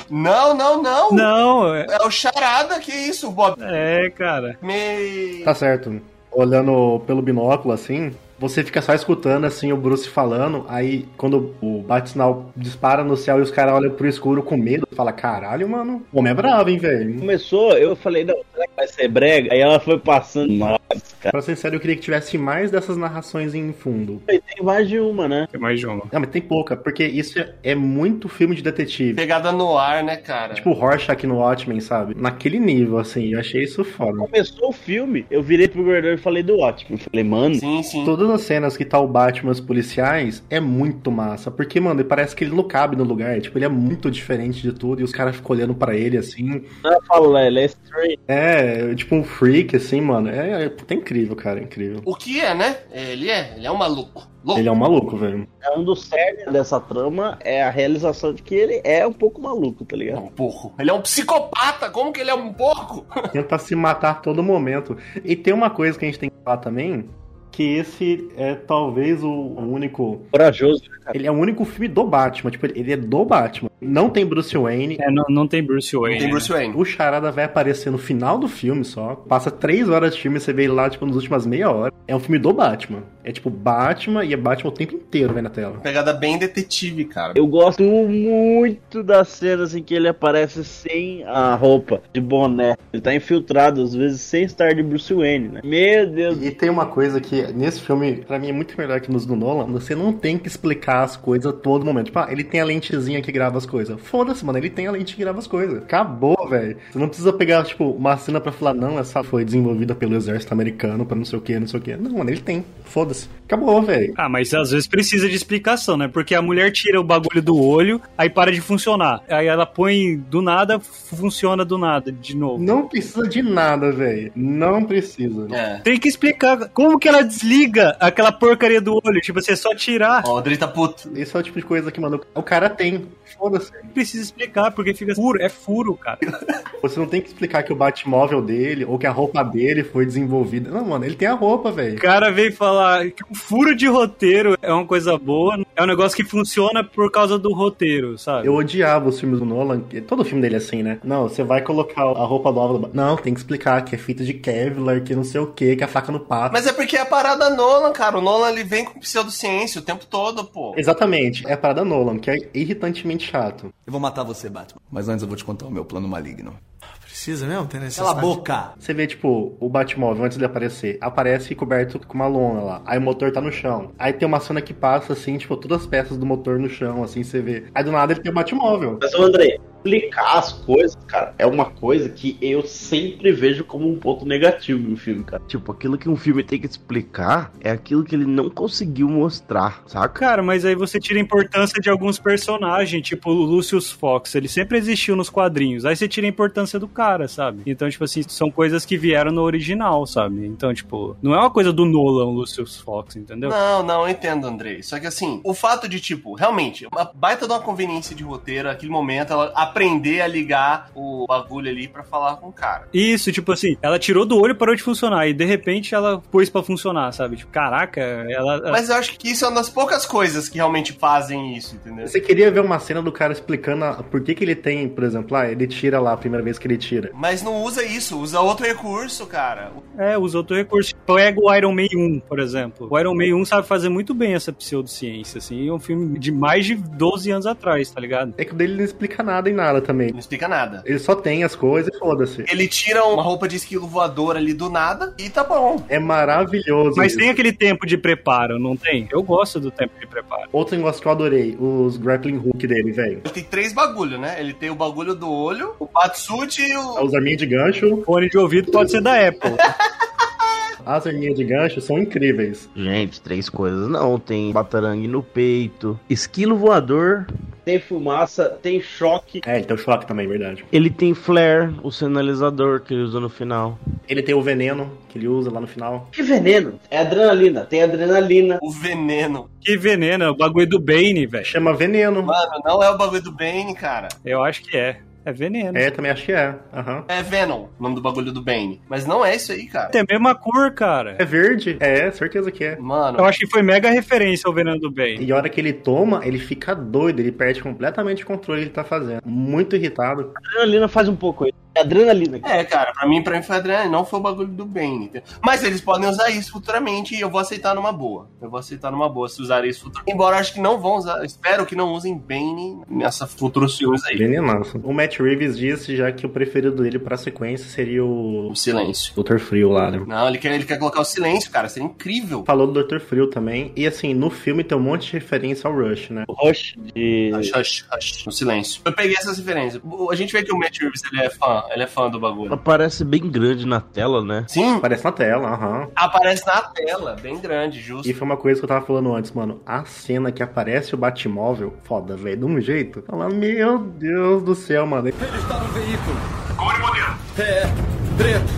Não, não, não! Não, é, É o charada, que isso, Bob? é cara. Me... Tá certo. Olhando pelo binóculo, assim. Você fica só escutando assim o Bruce falando, aí quando o bate-sinal dispara no céu e os caras olham pro escuro com medo, fala: caralho, mano, o homem é bravo, hein, velho. Começou, eu falei, não, será que vai ser brega? Aí ela foi passando. Nossa, cara. Pra ser sério, eu queria que tivesse mais dessas narrações em fundo. E tem mais de uma, né? Tem mais de uma. Não, mas tem pouca, porque isso é- é muito filme de detetive. Pegada no ar, né, cara? Tipo o Rorschach no Watchmen, sabe? Naquele nível, assim, eu achei isso foda. Começou o filme, eu virei pro guardador e falei do ótimo. Falei, mano, sim, sim. Todas as cenas que tá o Batman e os policiais é muito massa, porque, mano, ele parece que ele não cabe no lugar, tipo, ele é muito diferente de tudo e os caras ficam olhando pra ele, assim, ela fala, ela é estranho. é, tipo um freak, assim, mano, é, é, puta, é incrível, cara, é incrível. O que é, né? Ele é, ele é um maluco. Louco. Ele é um maluco, velho. É um dos cernes dessa trama é a realização de que ele é um pouco maluco, tá ligado? um porco. Ele é um psicopata. Como que ele é um porco? Tenta se matar a todo momento. E tem uma coisa que a gente tem que falar também, que esse é talvez o único Corajoso. Ele é o único filme do Batman. Tipo, ele ele é do Batman. Não tem Bruce Wayne. É, não, não tem Bruce Wayne. Tem né? Bruce Wayne. O Charada vai aparecer no final do filme só. Passa três horas de filme e você vê ele lá, tipo, nas últimas meia hora. É um filme do Batman. É tipo Batman e é Batman o tempo inteiro, velho, na tela. Pegada bem detetive, cara. Eu gosto muito das cenas em que ele aparece sem a roupa, de boné. Ele tá infiltrado, às vezes, sem estar de Bruce Wayne, né? Meu Deus. E tem uma coisa que nesse filme, pra mim, é muito melhor que nos do Nolan. Você não tem que explicar as coisas a todo momento. Tipo, ah, ele tem a lentezinha que grava as coisas. Foda-se, mano, ele tem a lente que grava as coisas. Acabou, velho. Você não precisa pegar, tipo, uma cena pra falar, não, essa foi desenvolvida pelo exército americano pra não sei o que, não sei o que. Não, mano, ele tem. Foda-se. Acabou, velho. Ah, mas às vezes precisa de explicação, né? Porque a mulher tira o bagulho do olho, aí para de funcionar. Aí ela põe do nada, fu- funciona do nada de novo. Não precisa de nada, velho. Não precisa. É. Tem que explicar como que ela desliga aquela porcaria do olho. Tipo, você só tirar, Ó, o Dre tá puto. Esse é o tipo de coisa que, mano, o cara tem. Foda-se. precisa explicar, porque fica furo, é furo, cara. Você não tem que explicar que o Batmóvel dele ou que a roupa dele foi desenvolvida. Não, mano, ele tem a roupa, velho. O cara veio falar que um furo de roteiro é uma coisa boa, é um negócio que funciona por causa do roteiro, sabe? Eu odiava os filmes do Nolan, que todo filme dele é assim, né? Não, você vai colocar a roupa nova do Batman. Não, tem que explicar que é feita de Kevlar, que não sei o que, que é a faca no pato. Mas é porque é a parada Nolan, cara. O Nolan ele vem com pseudociência o tempo todo, pô. Exatamente, é a parada Nolan, que é irritantemente chato. Eu vou matar você, Batman. Mas antes eu vou te contar o meu plano maligno. Precisa mesmo? Tem Cala a necessidade. boca! Você vê, tipo, o Batmóvel antes de aparecer, aparece coberto com uma lona lá. Aí o motor tá no chão. Aí tem uma cena que passa, assim, tipo, todas as peças do motor no chão, assim, você vê. Aí do nada ele tem o Batmóvel. Mas, ô, André, explicar as coisas, cara, é uma coisa que eu sempre vejo como um ponto negativo no filme, cara. Tipo, aquilo que um filme tem que explicar é aquilo que ele não conseguiu mostrar, saca? Cara, mas aí você tira a importância de alguns personagens, tipo o Lucius Fox, ele sempre existiu nos quadrinhos. Aí você tira a importância do cara, sabe? Então, tipo assim, são coisas que vieram no original, sabe? Então, tipo, não é uma coisa do Nolan, o Lucius Fox, entendeu? Não, não, eu entendo, Andrei. Só que assim, o fato de, tipo, realmente, uma baita de uma conveniência de roteiro, aquele momento, ela aprender a ligar o bagulho ali pra falar com o cara. Isso, tipo assim, ela tirou do olho e parou de funcionar. E de repente ela pôs pra funcionar, sabe? Tipo, caraca, ela. Mas eu acho que isso é uma das poucas coisas que realmente fazem isso, entendeu? Você queria ver uma cena do cara explicando a- por que que ele tem, por exemplo, ah, ele tira lá a primeira vez que ele tira. Mas não usa isso, usa outro recurso, cara. É, usa outro recurso. Pega o Iron Man 1, por exemplo. O Iron Man 1 sabe fazer muito bem essa pseudociência, assim. É um filme de mais de 12 anos atrás, tá ligado? É que o dele não explica nada em nada também. Não explica nada. Ele só tem as coisas e foda-se. Ele tira uma roupa de esquilo voador ali do nada e tá bom. É maravilhoso. Mas isso. tem aquele tempo de preparo, não tem? Eu gosto do tempo de preparo. Outro negócio que eu adorei, os grappling hook dele, velho. Ele tem três bagulho, né? Ele tem o bagulho do olho, o batsuit e o. Os arminhas de gancho, Fone de ouvido pode ser da Apple. as arminhas de gancho são incríveis. Gente, três coisas não. Tem batarangue no peito, esquilo voador. Tem fumaça, tem choque. É, ele tem o choque também, verdade. Ele tem flare, o sinalizador que ele usa no final. Ele tem o veneno que ele usa lá no final. Que veneno? É adrenalina, tem adrenalina. O veneno. que veneno, é o bagulho do Bane, velho. Chama veneno. Mano, não é o bagulho do Bane, cara. Eu acho que é. É veneno. É, também acho que é. Aham. É Venom, o nome do bagulho do Bane. Mas não é isso aí, cara. Tem a mesma cor, cara. É verde? É, certeza que é. Eu Mano, acho que foi mega referência ao veneno do Bane. E a hora que ele toma, ele fica doido, ele perde completamente o controle que ele tá fazendo. Muito irritado. A adrenalina faz um pouco isso. É adrenalina. cara. É, cara, pra mim, pra mim foi adrenalina, não foi o bagulho do bem. entendeu? Mas eles podem usar isso futuramente e eu vou aceitar numa boa. Eu vou aceitar numa boa se usarem isso futuramente. Embora eu acho que não vão usar, eu espero que não usem Bane nessa futuros filmes aí. Venenoso. O Matt Reeves disse já que o preferido dele pra sequência seria o O silêncio. Dr. Frio lá, né? Não, ele quer, ele quer colocar o silêncio, cara, seria incrível. Falou do Dr. Frio também. E assim, no filme tem um monte de referência ao Rush, né? O Rush de. Hush, hush, hush. No silêncio. Eu peguei essas referências. O- A gente vê que o Matt Reeves, ele é fã, ele é fã do bagulho. Aparece bem grande na tela, né? Sim, Aparece na tela, aham. aparece na tela, bem grande, justo. E foi uma coisa que eu tava falando antes, mano. A cena que aparece o Batmóvel, foda, velho, de um jeito. Fala, meu Deus do céu, mano. Ele está no veículo. Cor e modelo. É, preto.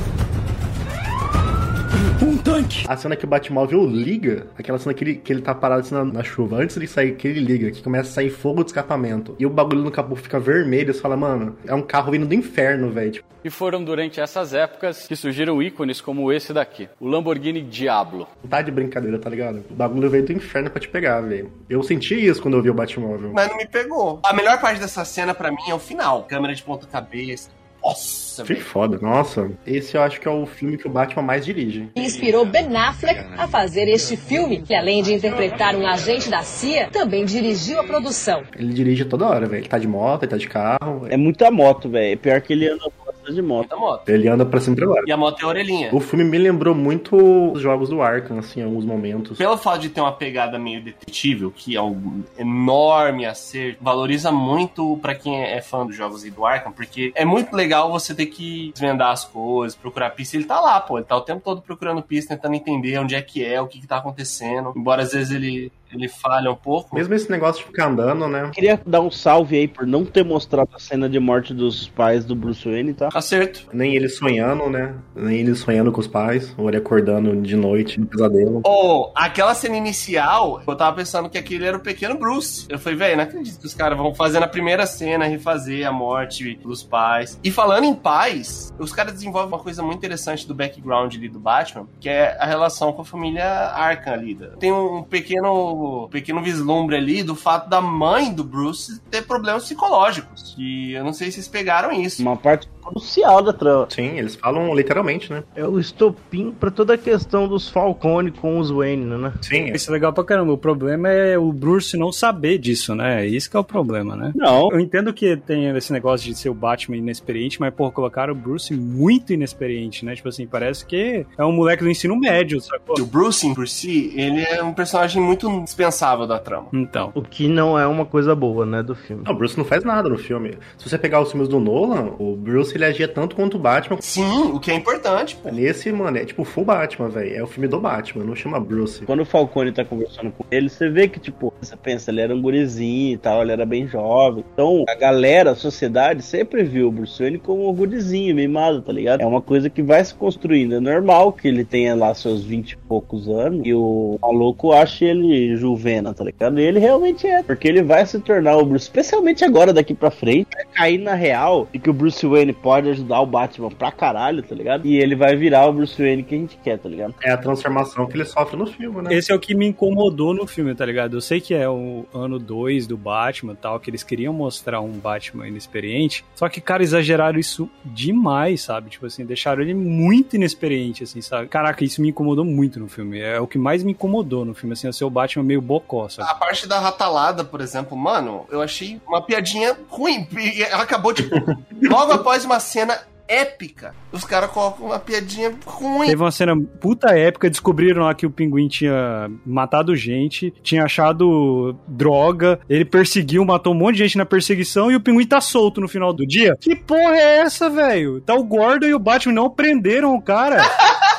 Um A cena que o Batmóvel liga, aquela cena que ele, que ele tá parado assim na, na chuva, antes de sair, que ele liga, que começa a sair fogo do escapamento. E o bagulho no capô fica vermelho, você fala, mano, é um carro vindo do inferno, velho. Tipo, E foram durante essas épocas que surgiram ícones como esse daqui, o Lamborghini Diablo. não tá de brincadeira, tá ligado? O bagulho veio do inferno pra te pegar, velho. Eu senti isso quando eu vi o Batmóvel. Mas não me pegou. A melhor parte dessa cena pra mim é o final. Câmera de ponta cabeça. Nossa, Que velho. foda, nossa. Esse eu acho que é o filme que o Batman mais dirige. Inspirou Ben Affleck a fazer este filme, que além de interpretar um agente da CIA, também dirigiu a produção. Ele dirige toda hora, velho. Ele tá de moto, ele tá de carro, É muita moto, velho. É pior que ele anda bastante de moto. Da moto. ele anda pra cima e pra baixo. E a moto é a orelhinha. O filme me lembrou muito os jogos do Arkham, assim, em alguns momentos. Pelo fato de ter uma pegada meio detetível, que é um enorme acerto, valoriza muito pra quem é fã dos jogos aí do Arkham, porque é muito legal você ter que desvendar as coisas, procurar pista. Ele tá lá, pô, ele tá o tempo todo procurando pista, tentando entender onde é que é, o que que tá acontecendo. Embora às vezes ele, ele falha um pouco. Mesmo esse negócio de ficar andando, né? Queria dar um salve aí por não ter mostrado a cena de morte dos pais do Bruce Wayne, tá? Acerto. Nem ele sonhando, né? Nem ele sonhando com os pais, ou ele acordando de noite, no pesadelo. Ou, aquela cena inicial, eu tava pensando que aquele era o pequeno Bruce. Eu falei, velho, não acredito que os caras vão fazer na primeira cena, refazer a morte dos pais. E falando em pais, os caras desenvolvem uma coisa muito interessante do background ali do Batman, que é a relação com a família Arkham ali. da- Tem um pequeno, pequeno vislumbre ali do fato da mãe do Bruce ter problemas psicológicos. E eu não sei se vocês pegaram isso. Uma parte crucial da trama. Sim, eles falam literalmente, né? É o estopim pra toda a questão dos Falcone com os Wayne, né? Sim. Isso é legal pra caramba. O problema é o Bruce não saber disso, né? Isso que é o problema, né? Não. Eu entendo que tem esse negócio de ser o Batman inexperiente, mas, pô, colocaram o Bruce muito inexperiente, né? Tipo assim, parece que é um moleque do ensino médio, sacou? O Bruce, por si, ele é um personagem muito dispensável da trama. Então. O que não é uma coisa boa, né, do filme. Não, o Bruce não faz nada no filme. Se você pegar os filmes do Nolan, o Bruce ele agia tanto quanto o Batman. Sim, o que é importante, pô. Nesse, mano, é tipo full Batman, velho. É o filme do Batman, não chama Bruce. Quando o Falcone tá conversando com ele, você vê que, tipo, você pensa, ele era um gurizinho e tal, ele era bem jovem. Então, a galera, a sociedade, sempre viu o Bruce Wayne como um gurizinho, mimado, tá ligado? É uma coisa que vai se construindo. É normal que ele tenha lá seus 20 e poucos anos e o maluco ache ele juvena, tá ligado? E ele realmente é, porque ele vai se tornar o Bruce, especialmente agora, daqui pra frente, vai cair na real e que o Bruce Wayne pode ajudar o Batman pra caralho, tá ligado? E ele vai virar o Bruce Wayne que a gente quer, tá ligado? É a transformação que ele sofre no filme, né? Esse é o que me incomodou no filme, tá ligado? Eu sei que é o ano 2 do Batman e tal, que eles queriam mostrar um Batman inexperiente, só que, cara, exageraram isso demais, sabe? Tipo assim, deixaram ele muito inexperiente, assim, sabe? Caraca, isso me incomodou muito no filme. É o que mais me incomodou no filme, assim, é ser o Batman meio bocó, sabe? A parte da ratalada, por exemplo, mano, eu achei uma piadinha ruim. E Ela acabou, tipo, logo após uma cena épica, os caras colocam uma piadinha ruim. Teve uma cena puta épica, descobriram lá que o pinguim tinha matado gente, tinha achado droga, ele perseguiu, matou um monte de gente na perseguição e o pinguim tá solto no final do dia. Que porra é essa, velho? Tá o Gordon e o Batman não prenderam o cara.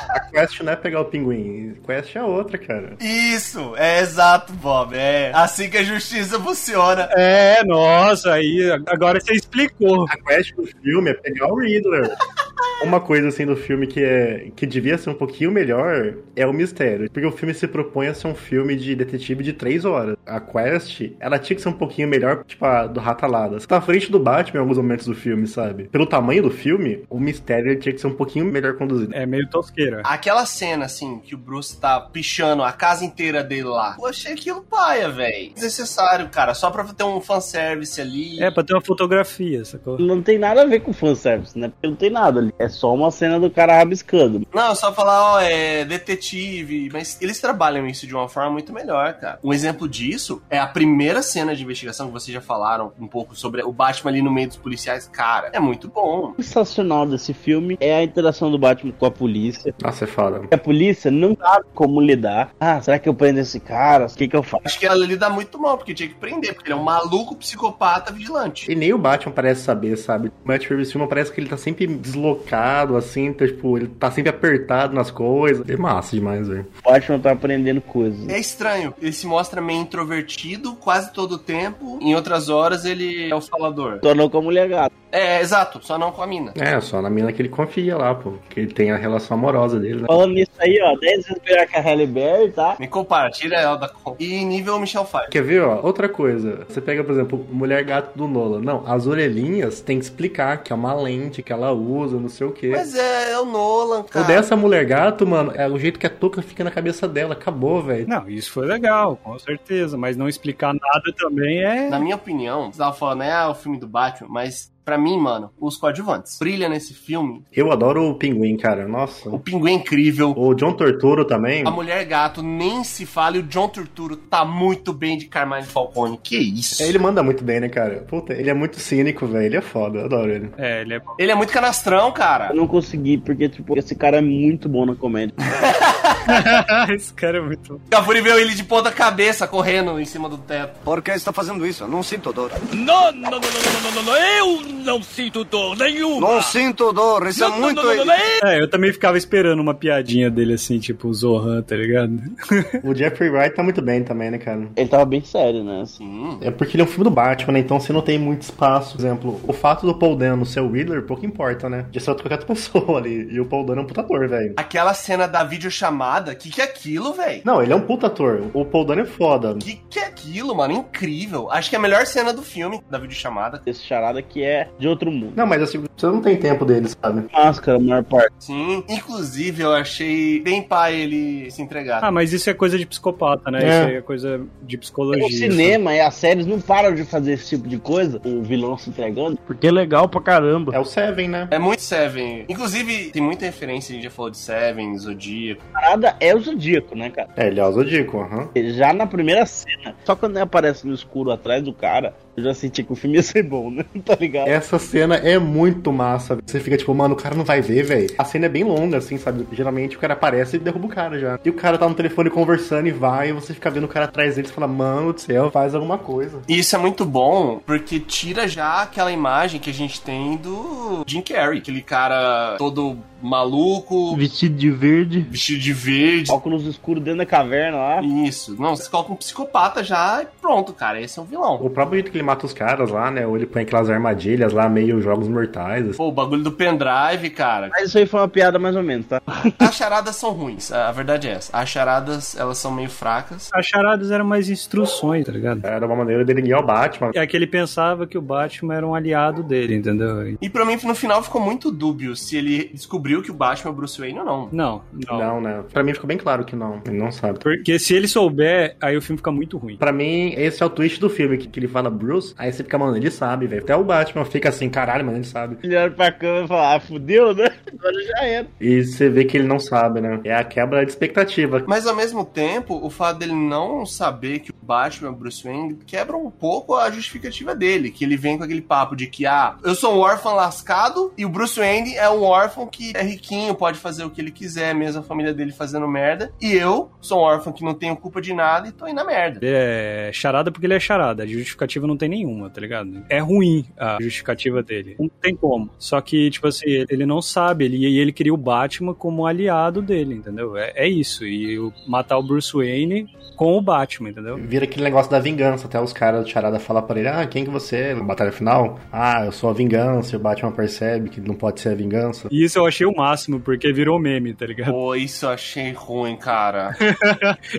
A quest não é pegar o pinguim, a quest é outra, cara. Isso, é exato, Bob. É assim que a justiça funciona. É, nossa, aí agora você explicou. A quest do filme é pegar o Riddler. Uma coisa assim do filme que é que devia ser um pouquinho melhor é o mistério, porque o filme se propõe a ser um filme de detetive de três horas. A quest, ela tinha que ser um pouquinho melhor, tipo a do Ratalada. Você tá à frente do Batman em alguns momentos do filme, sabe? Pelo tamanho do filme, o mistério tinha que ser um pouquinho melhor conduzido. É meio tosqueira. Aquela cena assim que o Bruce tá pichando a casa inteira dele lá. Eu achei aquilo paia, velho. Desnecessário, cara, só pra ter um fanservice ali. É, pra ter uma fotografia, sacou? Não tem nada a ver com fanservice, né? Porque não tem nada ali. É só uma cena do cara rabiscando. Não, só falar, ó, é detetive. Mas eles trabalham isso de uma forma muito melhor, cara. Um exemplo disso é a primeira cena de investigação que vocês já falaram um pouco sobre o Batman ali no meio dos policiais. Cara, é muito bom. O sensacional desse filme é a interação do Batman com a polícia. Nossa, é foda. A polícia não sabe como lidar. Ah, será que eu prendo esse cara? O que, que eu faço? Acho que ela lida muito mal, porque tinha que prender, porque ele é um maluco psicopata vigilante. E nem o Batman parece saber, sabe? O Matt Reeves filme parece que ele tá sempre deslocado, assim, tá, tipo, ele tá sempre apertado nas coisas. É massa demais, velho. O Batman tá aprendendo coisas. É estranho. Ele se mostra meio introvertido quase todo o tempo. Em outras horas ele é o falador. Tornou com a mulher gata. É, exato, só não com a mina. É, só na mina que ele confia lá, pô. Que ele tem a relação amorosa dele, né? Falando nisso aí, ó, 10 vezes melhor que a Halle Berry, tá? Me compara, tira ela da conta. E nível Michel Pfeiffer. Quer ver, ó, outra coisa. Você pega, por exemplo, Mulher Gato do Nola. Não, as orelhinhas tem que explicar que é uma lente que ela usa, não sei o quê. Mas é, é o Nolan, cara. O dessa Mulher Gato, mano, é o jeito que a touca fica na cabeça dela. Acabou, velho. Não, isso foi legal, com certeza. Mas não explicar nada também é... Na minha opinião, você tava falando, é ah, o filme do Batman, mas para mim, mano, os coadjuvantes. Brilha nesse filme. Eu adoro o Pinguim, cara. Nossa. O Pinguim é incrível. O John Torturo também. A Mulher Gato nem se fala e o John Torturo tá muito bem de Carmine Falcone. Que isso? É, ele manda muito bem, né, cara? Puta, ele é muito cínico, velho. Ele é foda. Eu adoro ele. É, ele é bom. Ele é muito canastrão, cara. Eu não consegui, porque, tipo, esse cara é muito bom na comédia. esse cara é muito bom. Cafuri viu ele de ponta cabeça correndo em cima do teto. Por que está fazendo isso? Eu não sinto dor. Não, não, não, não, não, não, não. Eu não sinto dor nenhuma. Não sinto dor, isso não, é muito. Não, não, não, é, eu também ficava esperando uma piadinha dele assim, tipo Zohan, tá ligado? o Jeffrey Wright tá muito bem também, né, cara? Ele tava bem sério, né? Assim. É porque ele é um filme do Batman, né? Então você não tem muito espaço. Por exemplo, o fato do Paul Dano ser o Riddler, pouco importa, né? Já só qualquer outra pessoa ali. E o Paul Dano é um putator, velho. Aquela cena da videochamada, que que é aquilo, velho? Não, ele é um putator. O Paul Dano é foda. Que que é aquilo, mano? Incrível. Acho que é a melhor cena do filme, da videochamada. Esse charada que é de outro mundo. Não, mas assim, você não tem tempo dele, sabe? Máscara, a maior parte. Sim, inclusive eu achei bem pai ele se entregar. Ah, mas isso é coisa de psicopata, né? É. Isso aí é coisa de psicologia. O É um cinema e as séries não param de fazer esse tipo de coisa, o vilão se entregando, porque é legal pra caramba. É o Seven, né? É muito Seven. Inclusive, tem muita referência, a gente já falou de Seven, Zodíaco. A parada é o Zodíaco, né, cara? É, ele é o Zodíaco, aham. Uhum. Já na primeira cena, só quando ele aparece no escuro atrás do cara, eu já senti que o filme ia ser bom, né? tá ligado? Essa cena é muito massa. Você fica tipo, mano, o cara não vai ver, velho. A cena é bem longa, assim, sabe? Geralmente o cara aparece e derruba o cara já. E o cara tá no telefone conversando e vai, e você fica vendo o cara atrás dele e fala, mano do céu, faz alguma coisa. E isso é muito bom, porque tira já aquela imagem que a gente tem do Jim Carrey, aquele cara todo maluco. Vestido de verde. Vestido de verde. Óculos escuros dentro da caverna lá. Isso. Não, você coloca um psicopata já e pronto, cara. Esse é um vilão. O próprio jeito que ele mata os caras lá, né? Ou ele põe aquelas armadilhas lá, meio jogos mortais. Assim. Pô, o bagulho do pendrive, cara. Mas isso aí foi uma piada mais ou menos, tá? As charadas são ruins. A verdade é essa. As charadas, elas são meio fracas. As charadas eram mais instruções, tá ligado? Era uma maneira dele guiar o Batman. É que ele pensava que o Batman era um aliado dele, entendeu? E pra mim, no final, ficou muito dúbio se ele descobriu descobriu que o Batman é o Bruce Wayne ou não. Não, não. Não, né? Pra mim ficou bem claro que não. Ele não sabe. Porque se ele souber, aí o filme fica muito ruim. Pra mim, esse é o twist do filme, que, que ele fala Bruce, aí você fica, mano, ele sabe, velho. Até o Batman fica assim, caralho, mano, ele sabe. Ele olha pra câmera e fala, ah, fudeu, né? Agora já era. E você vê que ele não sabe, né? É a quebra de expectativa. Mas ao mesmo tempo, o fato dele não saber que o Batman é o Bruce Wayne quebra um pouco a justificativa dele, que ele vem com aquele papo de que, ah, eu sou um órfão lascado e o Bruce Wayne é um órfão que é riquinho, pode fazer o que ele quiser, mesmo a família dele fazendo merda. E eu sou um órfão que não tenho culpa de nada e tô aí na merda. É charada porque ele é charada. A justificativa não não tem nenhuma, tá ligado? É ruim a justificativa dele. Não tem como. Só que, tipo assim, ele não sabe, ele, e ele queria o Batman como aliado dele, entendeu? É, é isso. E o, matar o Bruce Wayne com o Batman, entendeu? Vira aquele negócio da vingança, até os caras do Charada falar pra ele, ah, quem que você é? Batalha final? Ah, eu sou a vingança, e o Batman percebe que não pode ser a vingança. E isso eu achei o máximo, porque virou meme, tá ligado? Pô, isso eu achei ruim, cara.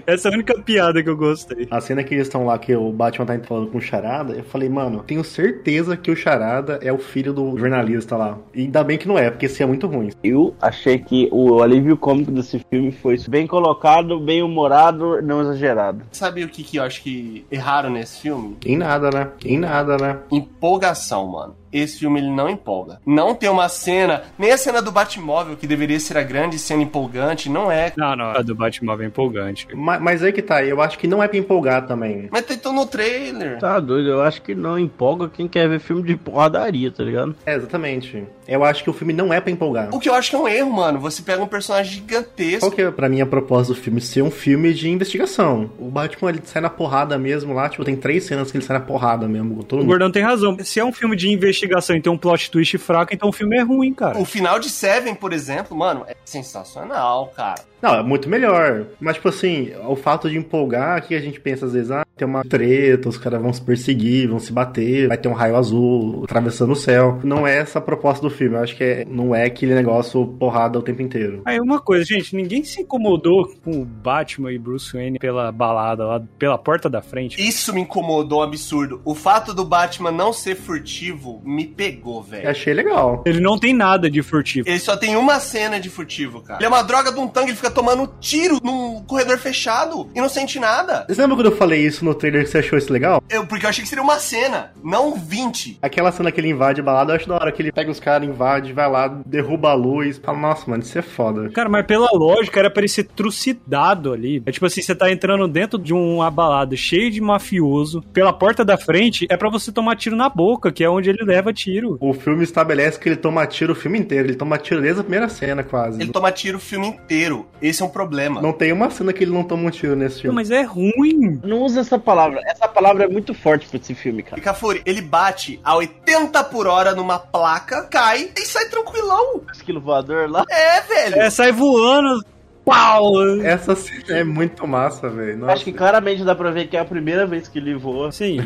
Essa é a única piada que eu gostei. A cena que eles estão lá, que o Batman tá falando com o Charada, eu falei, mano, tenho certeza que o Charada é o filho do jornalista lá. E ainda bem que não é, porque esse é muito ruim. Eu achei que o alívio cômico desse filme foi bem colocado, bem humorado, não exagerado. Sabe o que, que eu acho que erraram nesse filme? Em nada, né? Em nada, né? Empolgação, mano esse filme ele não empolga. Não tem uma cena, nem a cena do Batmóvel, que deveria ser a grande cena empolgante, não é. Não, não, a do Batmóvel é empolgante. Mas, mas aí que tá, eu acho que não é pra empolgar também. Mas tentou no trailer. Tá doido, eu acho que não empolga quem quer ver filme de porradaria, tá ligado? É, exatamente. Eu acho que o filme não é pra empolgar. O que eu acho que é um erro, mano. Você pega um personagem gigantesco. Qual que é, pra mim, a proposta do filme? Ser um filme de investigação. O Batman, ele sai na porrada mesmo lá, tipo, tem três cenas que ele sai na porrada mesmo. o Gordão tem razão. Se é um filme de investigação, investigação e tem um plot twist fraco, então o filme é ruim, cara. O final de Seven, por exemplo, mano, é sensacional, cara. Não, é muito melhor. Mas, tipo assim, o fato de empolgar, que a gente pensa às vezes, ah, tem uma treta, os caras vão se perseguir, vão se bater, vai ter um raio azul atravessando o céu. Não é essa a proposta do filme. Eu acho que é, não é aquele negócio porrada o tempo inteiro. Aí, uma coisa, gente, ninguém se incomodou com o Batman e Bruce Wayne pela balada lá, pela porta da frente. Isso me incomodou, um absurdo. O fato do Batman não ser furtivo me pegou, velho. Achei legal. Ele não tem nada de furtivo. Ele só tem uma cena de furtivo, cara. Ele é uma droga de um tanque, ele fica tomando tiro num corredor fechado e não sente nada. Você lembra quando eu falei isso no trailer que você achou isso legal? Eu, porque eu achei que seria uma cena, não 20. Aquela cena que ele invade a balada, eu acho da hora que ele pega os caras, invade, vai lá, derruba a luz. Fala, nossa, mano, isso é foda. Cara, mas pela lógica era pra ele ser trucidado ali. É tipo assim, você tá entrando dentro de uma balada cheio de mafioso, pela porta da frente é para você tomar tiro na boca, que é onde ele leva tiro. O filme estabelece que ele toma tiro o filme inteiro, ele toma tiro desde a primeira cena quase. Ele toma tiro o filme inteiro. Esse é um problema. Não tem uma cena que ele não toma um tiro nesse filme. Não, mas é ruim. Não usa essa palavra. Essa palavra é muito forte pra esse filme, cara. E Cafuri, ele bate a 80 por hora numa placa, cai e sai tranquilão. Esquilo voador lá. É, velho. É, sai voando, Uau! Essa cena é muito massa, velho. Acho que claramente dá pra ver que é a primeira vez que ele voa. Sim.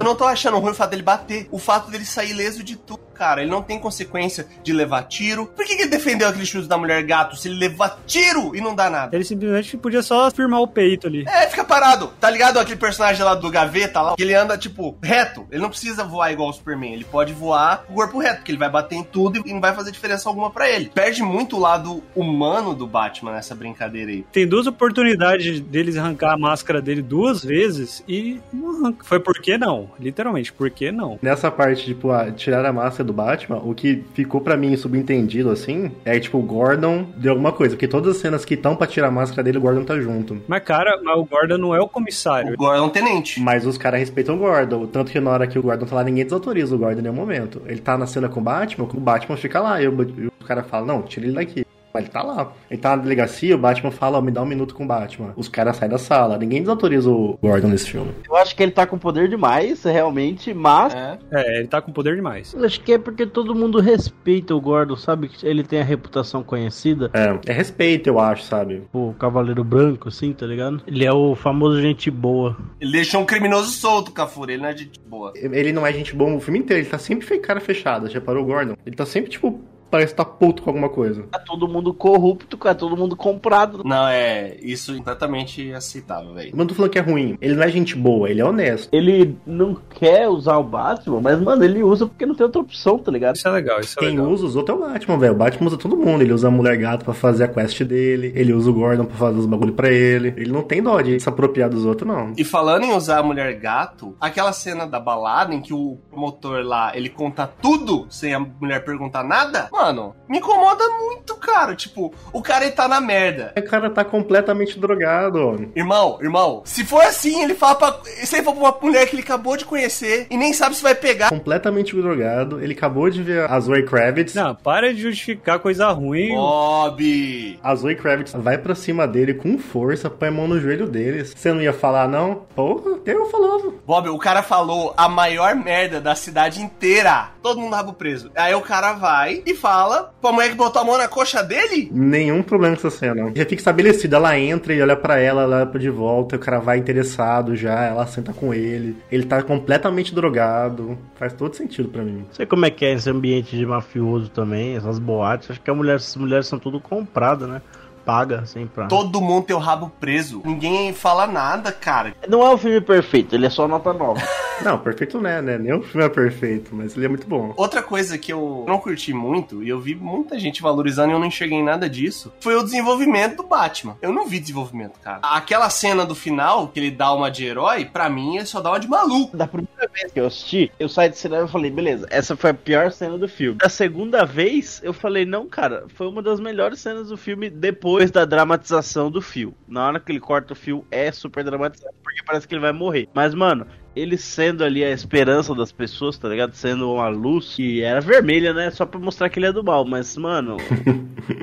eu não tô achando ruim o fato dele bater, o fato dele sair leso de tudo. Cara, ele não tem consequência de levar tiro. Por que, que ele defendeu aquele chute da mulher gato se ele levar tiro e não dá nada? Ele simplesmente podia só firmar o peito ali. É, fica parado. Tá ligado aquele personagem lá do gaveta lá? Que ele anda, tipo, reto. Ele não precisa voar igual o Superman. Ele pode voar com o corpo reto, porque ele vai bater em tudo e não vai fazer diferença alguma para ele. Perde muito o lado humano do Batman nessa brincadeira aí. Tem duas oportunidades deles arrancar a máscara dele duas vezes e não arranca. Foi porque não, literalmente, porque não. Nessa parte, tipo, a tirar a máscara do Batman, o que ficou para mim subentendido assim, é tipo, o Gordon deu alguma coisa, porque todas as cenas que estão pra tirar a máscara dele, o Gordon tá junto. Mas cara, mas o Gordon não é o comissário. O Gordon é um tenente. Mas os caras respeitam o Gordon, tanto que na hora que o Gordon tá lá, ninguém desautoriza o Gordon em nenhum momento. Ele tá na cena com o Batman, o Batman fica lá, e o, o cara fala, não, tira ele daqui. Mas ele tá lá. Ele tá na delegacia, o Batman fala, oh, me dá um minuto com o Batman. Os caras saem da sala. Ninguém desautoriza o Gordon nesse filme. Eu acho que ele tá com poder demais, realmente, mas... É, é ele tá com poder demais. Eu acho que é porque todo mundo respeita o Gordon, sabe? Ele tem a reputação conhecida. É, é respeito, eu acho, sabe? O Cavaleiro Branco, assim, tá ligado? Ele é o famoso gente boa. Ele deixou um criminoso solto, Cafura, ele não é gente boa. Ele não é gente boa no filme inteiro, ele tá sempre cara fechada, já parou o Gordon? Ele tá sempre, tipo, parece estar tá puto com alguma coisa. É todo mundo corrupto, cara, é todo mundo comprado. Não, é, isso é completamente aceitável, velho. Mano, tô falando que é ruim. Ele não é gente boa, ele é honesto. Ele não quer usar o Batman, mas, mano, ele usa porque não tem outra opção, tá ligado? Isso é legal, isso é Quem legal. Quem usa os outros é o Batman, velho. O Batman usa todo mundo. Ele usa a Mulher Gato pra fazer a quest dele, ele usa o Gordon pra fazer os bagulho pra ele. Ele não tem dó de se apropriar dos outros, não. E falando em usar a Mulher Gato, aquela cena da balada em que o promotor lá, ele conta tudo sem a mulher perguntar nada, mano. Me incomoda muito, cara. Tipo, o cara tá na merda. O cara tá completamente drogado. Irmão, irmão, se for assim, ele fala pra. Se ele for pra uma mulher que ele acabou de conhecer e nem sabe se vai pegar. Completamente drogado, ele acabou de ver a Zoe Kravitz. Não, para de justificar coisa ruim. Bob! A Zoe Kravitz vai pra cima dele com força, põe a mão no joelho deles. Você não ia falar, não? Porra, eu falava. Bob, o cara falou a maior merda da cidade inteira. Todo mundo rabo preso. Aí o cara vai e fala pra mulher que botou a mão na coxa dele? Nenhum problema com essa cena. Já fica estabelecido. Ela entra e olha para ela, ela olha de volta, o cara vai interessado já, ela senta com ele. Ele tá completamente drogado. Faz todo sentido para mim. Sei como é que é esse ambiente de mafioso também, essas boates. Acho que as mulheres, as mulheres são tudo compradas, né? paga sem pra. Todo mundo tem o rabo preso. Ninguém fala nada, cara. Não é um filme perfeito, ele é só nota nova. não, perfeito não é, né? Nem o filme é perfeito, mas ele é muito bom. Outra coisa que eu não curti muito, e eu vi muita gente valorizando e eu não enxerguei nada disso, foi o desenvolvimento do Batman. Eu não vi desenvolvimento, cara. Aquela cena do final, que ele dá uma de herói, pra mim ele só dá uma de maluco. Da primeira vez que eu assisti, eu saí do cinema e falei, beleza, essa foi a pior cena do filme. Da segunda vez, eu falei, não, cara, foi uma das melhores cenas do filme depois depois da dramatização do fio. Na hora que ele corta o fio, é super dramatizado, porque parece que ele vai morrer. Mas, mano, ele sendo ali a esperança das pessoas, tá ligado? Sendo uma luz que era vermelha, né? Só pra mostrar que ele é do mal, mas, mano,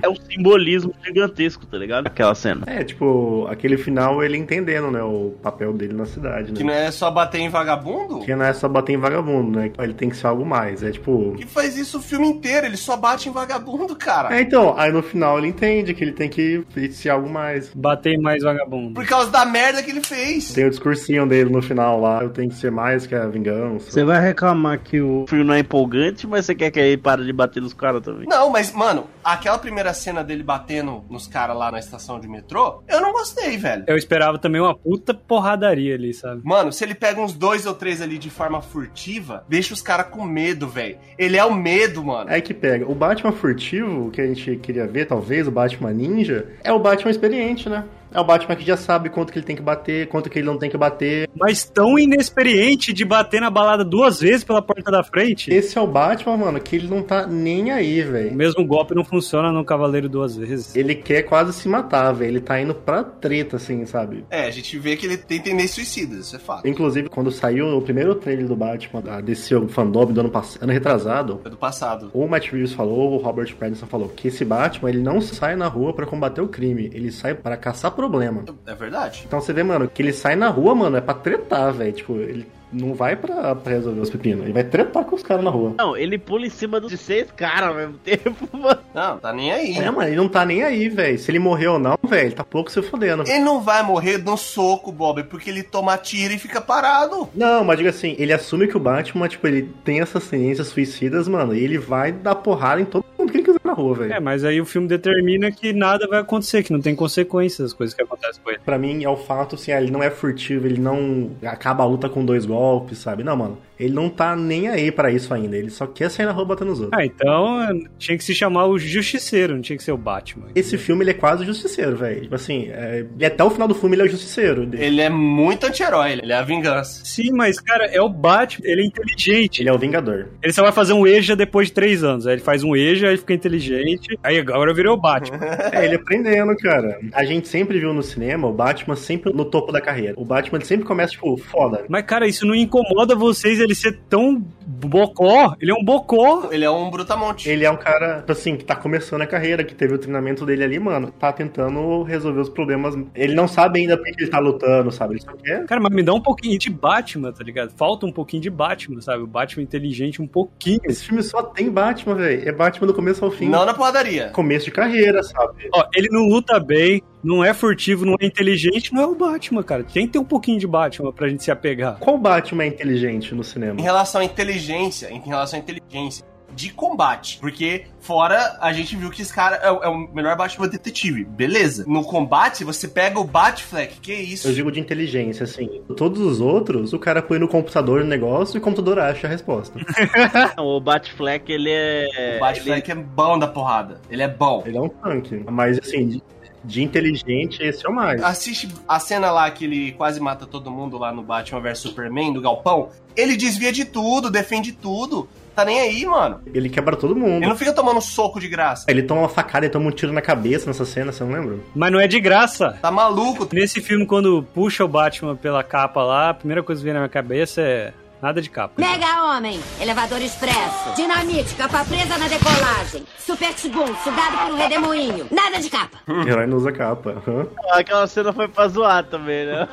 é um simbolismo gigantesco, tá ligado? Aquela cena. É, tipo, aquele final ele entendendo, né? O papel dele na cidade, né? Que não é só bater em vagabundo? Que não é só bater em vagabundo, né? Ele tem que ser algo mais. É tipo. Que faz isso o filme inteiro, ele só bate em vagabundo, cara. É, então, aí no final ele entende que ele tem que ser algo mais. Bater em mais vagabundo. Por causa da merda que ele fez. Tem o discursinho dele no final lá. Eu tenho tem que ser mais que a vingança. Você vai reclamar que o filme não é empolgante, mas você quer que ele pare de bater nos caras também. Não, mas, mano, aquela primeira cena dele batendo nos caras lá na estação de metrô, eu não gostei, velho. Eu esperava também uma puta porradaria ali, sabe? Mano, se ele pega uns dois ou três ali de forma furtiva, deixa os caras com medo, velho. Ele é o medo, mano. É que pega. O Batman furtivo, que a gente queria ver, talvez, o Batman ninja, é o Batman experiente, né? É o Batman que já sabe quanto que ele tem que bater, quanto que ele não tem que bater. Mas tão inexperiente de bater na balada duas vezes pela porta da frente. Esse é o Batman, mano, que ele não tá nem aí, velho. O mesmo golpe não funciona no Cavaleiro duas vezes. Ele quer quase se matar, velho. Ele tá indo pra treta, assim, sabe? É, a gente vê que ele tem tendência suicida, isso é fato. Inclusive, quando saiu o primeiro trailer do Batman, da DC Fandom do ano passado, ano retrasado. É do passado. O Matt Reeves falou, o Robert Pattinson falou, que esse Batman, ele não sai na rua para combater o crime. Ele sai para caçar problema. É verdade. Então você vê, mano, que ele sai na rua, mano, é pra tretar, velho. Tipo, ele não vai pra, pra resolver os pepinos. Ele vai trepar com os caras na rua. Não, ele pula em cima de seis caras ao mesmo tempo, mano. Não, tá nem aí. É, mano, ele não tá nem aí, velho. Se ele morreu ou não, velho, tá pouco se fodendo. Ele não vai morrer no soco, Bob, porque ele toma tiro e fica parado. Não, mas diga assim, ele assume que o Batman, tipo, ele tem essas tendências suicidas, mano, e ele vai dar porrada em todo mundo que ele quiser na rua, velho. É, mas aí o filme determina que nada vai acontecer, que não tem consequências as coisas que acontecem com ele. Pra mim, é o fato, assim, ele não é furtivo, ele não acaba a luta com dois golpes golpes, sabe? Não, mano. Ele não tá nem aí para isso ainda. Ele só quer sair na rua batendo os outros. Ah, então tinha que se chamar o Justiceiro, não tinha que ser o Batman. Esse entendeu? filme, ele é quase o Justiceiro, velho. Tipo assim, é... até o final do filme ele é o Justiceiro. Dele. Ele é muito anti-herói, ele é a vingança. Sim, mas, cara, é o Batman, ele é inteligente. Ele é o Vingador. Ele só vai fazer um EJA depois de três anos. Aí ele faz um EJA, aí fica inteligente. Aí agora virou o Batman. é, ele aprendendo, cara. A gente sempre viu no cinema o Batman sempre no topo da carreira. O Batman sempre começa, tipo, foda. Mas, cara, isso não incomoda vocês ele ser tão bocó? Ele é um bocó. Ele é um brutamonte. Ele é um cara, assim, que tá começando a carreira, que teve o treinamento dele ali, mano. Tá tentando resolver os problemas. Ele não sabe ainda por que ele tá lutando, sabe? Ele só quer. Cara, mas me dá um pouquinho de Batman, tá ligado? Falta um pouquinho de Batman, sabe? O Batman inteligente, um pouquinho. Esse filme só tem Batman, velho. É Batman do começo ao fim. Não na porradaria. Começo de carreira, sabe? Ó, ele não luta bem, não é furtivo, não é inteligente, não é o Batman, cara. Tem que ter um pouquinho de Batman pra gente se apegar. Qual Batman é inteligente no cinema? Em relação à inteligência, em relação à inteligência de combate, porque fora a gente viu que esse cara é, é o melhor Batman detetive, beleza. No combate você pega o Batfleck, que é isso? Eu digo de inteligência, assim. Todos os outros, o cara põe no computador o negócio e o computador acha a resposta. o Batfleck, ele é... O Batfleck ele... é bom da porrada, ele é bom. Ele é um tanque, mas assim, de de inteligente, esse é o mais. Assiste a cena lá que ele quase mata todo mundo lá no Batman vs Superman, do Galpão. Ele desvia de tudo, defende tudo. tá nem aí, mano. Ele quebra todo mundo. Ele não fica tomando soco de graça. Ele toma uma facada, ele toma um tiro na cabeça nessa cena, você não lembra? Mas não é de graça. Tá maluco. Nesse filme, quando puxa o Batman pela capa lá, a primeira coisa que vem na minha cabeça é Nada de capa. Mega Homem, elevador expresso, dinamite, capa presa na decolagem, super tibum, sugado por um redemoinho. Nada de capa. Herói não usa capa. Hã? Ah, Aquela cena foi pra zoar também, né?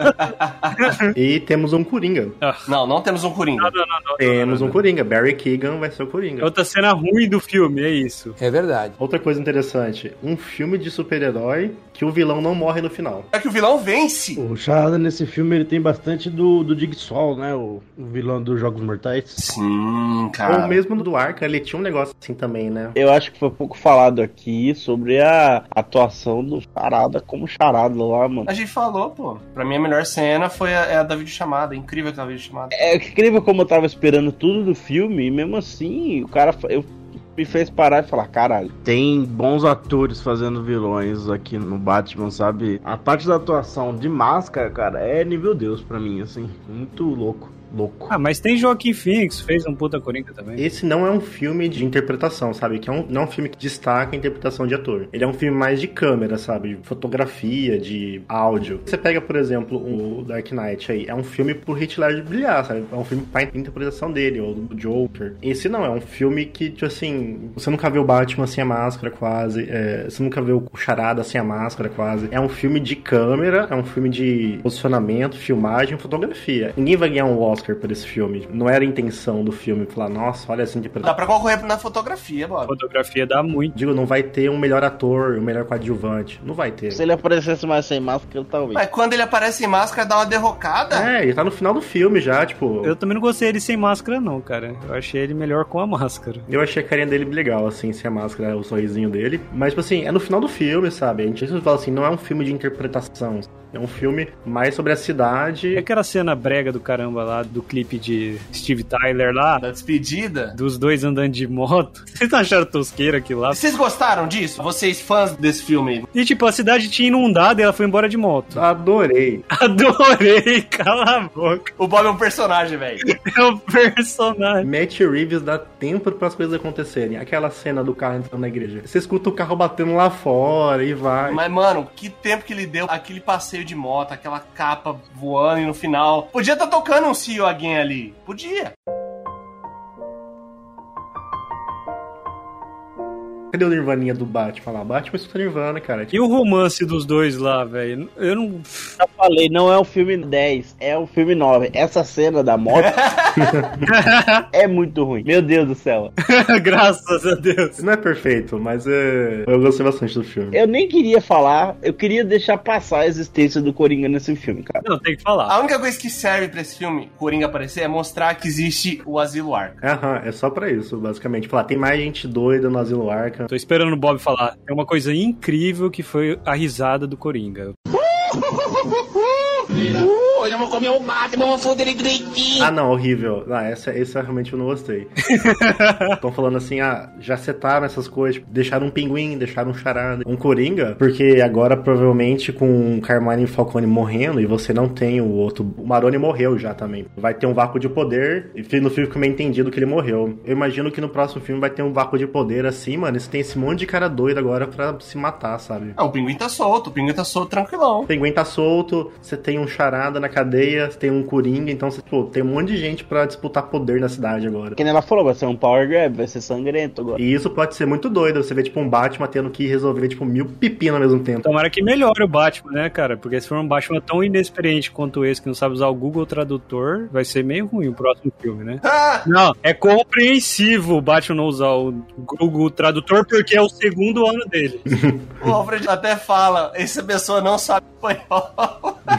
e temos um Coringa. Não, não temos um Coringa. Não, não, não, temos um Coringa. Barry Keegan vai ser o Coringa. É Outra cena ruim do filme, é isso. É verdade. Outra coisa interessante, um filme de super-herói que o vilão não morre no final. É que o vilão vence. O Charada nesse filme ele tem bastante do, do Jigsaw, né? O, o vilão dos Jogos Mortais. Sim, cara. Ou mesmo do Arca, ele tinha um negócio assim também, né? Eu acho que foi pouco falado aqui sobre a atuação do Charada como Charada lá, mano. A gente falou, pô. Pra mim a melhor cena foi a, a da videochamada. É incrível aquela videochamada. É incrível como eu tava esperando tudo do filme e mesmo assim o cara. Eu me fez parar e falar: caralho, tem bons atores fazendo vilões aqui no Batman, sabe? A parte da atuação de máscara, cara, é nível Deus pra mim, assim. Muito louco. Louco. Ah, mas tem Joaquim Phoenix, fez um puta Coringa também. Esse não é um filme de interpretação, sabe? Que é um, não é um filme que destaca a interpretação de ator. Ele é um filme mais de câmera, sabe? De fotografia, de áudio. Você pega, por exemplo, o Dark Knight aí. É um filme pro Heath Ledger brilhar, sabe? É um filme pra interpretação dele, ou do Joker. Esse não, é um filme que, tipo assim, você nunca vê o Batman sem a máscara, quase. É, você nunca vê o Charada sem a máscara, quase. É um filme de câmera, é um filme de posicionamento, filmagem, fotografia. Ninguém vai ganhar um Oscar Oscar por esse filme. Não era a intenção do filme falar, nossa, olha assim de Dá pra concorrer na fotografia, Bob. Fotografia dá muito. Digo, não vai ter um melhor ator, um melhor coadjuvante. Não vai ter. Se ele aparecesse mais sem máscara, talvez. Mas quando ele aparece sem máscara, dá uma derrocada. É, ele tá no final do filme já, tipo. Eu também não gostei dele sem máscara, não, cara. Eu achei ele melhor com a máscara. Eu achei a carinha dele legal, assim, sem a máscara, o sorrisinho dele. Mas, tipo assim, é no final do filme, sabe? A gente sempre fala assim, não é um filme de interpretação. É um filme mais sobre a cidade. É aquela cena brega do caramba lá, do clipe de Steve Tyler lá. Da despedida? Dos dois andando de moto. Vocês não acharam tosqueira aqui lá? Vocês gostaram disso? Vocês fãs desse filme? E tipo, a cidade tinha inundado e ela foi embora de moto. Adorei. Adorei, cala a boca. O Bob é um personagem, velho. É um personagem. Matt Reeves dá tempo para as coisas acontecerem. Aquela cena do carro entrando na igreja. Você escuta o carro batendo lá fora e vai. Mas, mano, que tempo que ele deu aquele passeio de moto, aquela capa voando e no final. Podia estar tá tocando um See You Again ali. Podia. Cadê o Nirvaninha do Batman lá? Batman escuta Nirvana, cara. E o romance dos dois lá, velho? Eu não. Já falei, não é o filme 10, é o filme 9. Essa cena da moto é muito ruim. Meu Deus do céu. Graças a Deus. Não é perfeito, mas é... eu gostei bastante do É. filme. Eu nem queria falar, eu queria deixar passar a existência do Coringa nesse filme, cara. Não, tem que falar. A única coisa que serve pra esse filme, Coringa aparecer, é mostrar que existe o Asilo Arca. Aham, é só pra isso, basicamente. Falar, tem mais gente doida no Asilo Arca. Tô esperando o Bob falar. É uma coisa incrível que foi a risada do Coringa. Uh, Hoje eu vou comer o Batman, um vou foder ele direitinho. Ah, não, horrível. Ah, essa, essa realmente eu não gostei. Estão falando assim, ah, já setaram essas coisas. Tipo, deixaram um pinguim, deixaram um charada, um coringa. Porque agora, provavelmente, com o Carmine e Falcone morrendo, e você não tem o outro. O Maroni morreu já também. Vai ter um vácuo de poder. E no filme fica meio entendido que ele morreu. Eu imagino que no próximo filme vai ter um vácuo de poder assim, mano. Você tem esse monte de cara doido agora pra se matar, sabe? Ah, o pinguim tá solto, o pinguim tá solto tranquilão. O pinguim tá solto, você tem um charada na cadeia, tem um Coringa, então você, pô, tem um monte de gente para disputar poder na cidade agora. Que nem ela falou, vai ser um power grab, vai ser sangrento agora. E isso pode ser muito doido, você vê tipo um Batman tendo que resolver tipo mil pepinos ao mesmo tempo. Tomara que melhore o Batman, né, cara? Porque se for um Batman tão inexperiente quanto esse, que não sabe usar o Google Tradutor, vai ser meio ruim o próximo filme, né? Ah! Não, é compreensivo o Batman não usar o Google Tradutor porque é o segundo ano dele. o Alfred até fala, essa pessoa não sabe espanhol.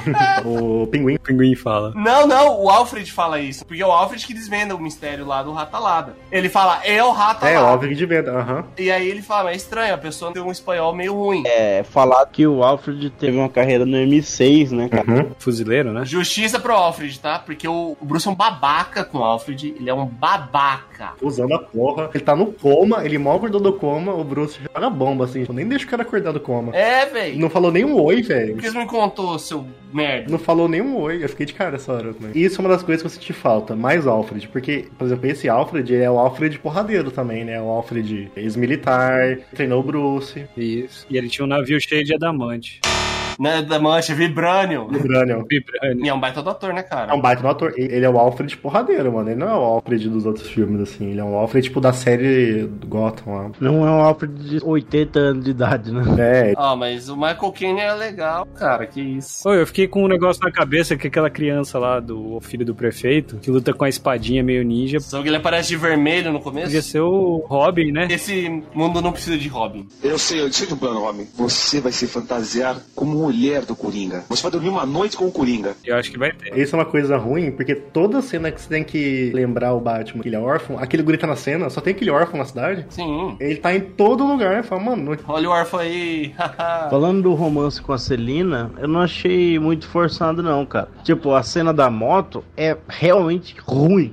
o Pinguim pinguim. pinguim fala. Não, não, o Alfred fala isso. Porque é o Alfred que desvenda o mistério lá do Ratalada. Ele fala, é o Ratalada. É, o Alfred de venda, aham. Uhum. E aí ele fala, é estranho, a pessoa tem um espanhol meio ruim. É, falar que o Alfred teve uma carreira no M6, né, cara? Uhum. Fuzileiro, né? Justiça pro Alfred, tá? Porque o, o Bruce é um babaca com o Alfred, ele é um babaca. Usando a porra, ele tá no coma, ele mal acordou do coma, o Bruce tipo, joga bomba, assim, nem deixa o cara acordar do coma. É, velho. Não falou nem um oi, velho. O que você me contou, seu merda. Não falou nenhum oi, eu fiquei de cara essa hora também. Isso é uma das coisas que eu senti falta, mais Alfred, porque, por exemplo, esse Alfred é o Alfred porradeiro também, né? O Alfred ex-militar, treinou o Bruce. Isso. E ele tinha um navio cheio de adamante. Não, Né, da mancha, Vibranium. Vibranium. Vibranium. E é um baita do ator, né, cara? É um baita do ator. Ele é o Alfred porradeiro, mano. Ele não é o Alfred dos outros filmes, assim. Ele é um Alfred, tipo, da série Gotham lá. Não é um Alfred de 80 anos de idade, né? É. Ah, mas o Michael Caine é legal, cara. Que isso. Oi, eu fiquei com um negócio na cabeça que aquela criança lá do filho do prefeito, que luta com a espadinha meio ninja. Só que ele aparece de vermelho no começo. Podia ser o Robin, né? Esse mundo não precisa de Robin. Eu sei, eu sei do plano, Robin. Você vai se fantasiar como mulher do Coringa. Você vai dormir uma noite com o Coringa. Eu acho que vai ter. Isso é uma coisa ruim, porque toda cena que você tem que lembrar o Batman, que ele é órfão, aquele guri tá na cena, só tem aquele órfão na cidade. Sim. Ele tá em todo lugar, né? Fala, mano. Olha o órfão aí. Falando do romance com a Celina, eu não achei muito forçado, não, cara. Tipo, a cena da moto é realmente ruim,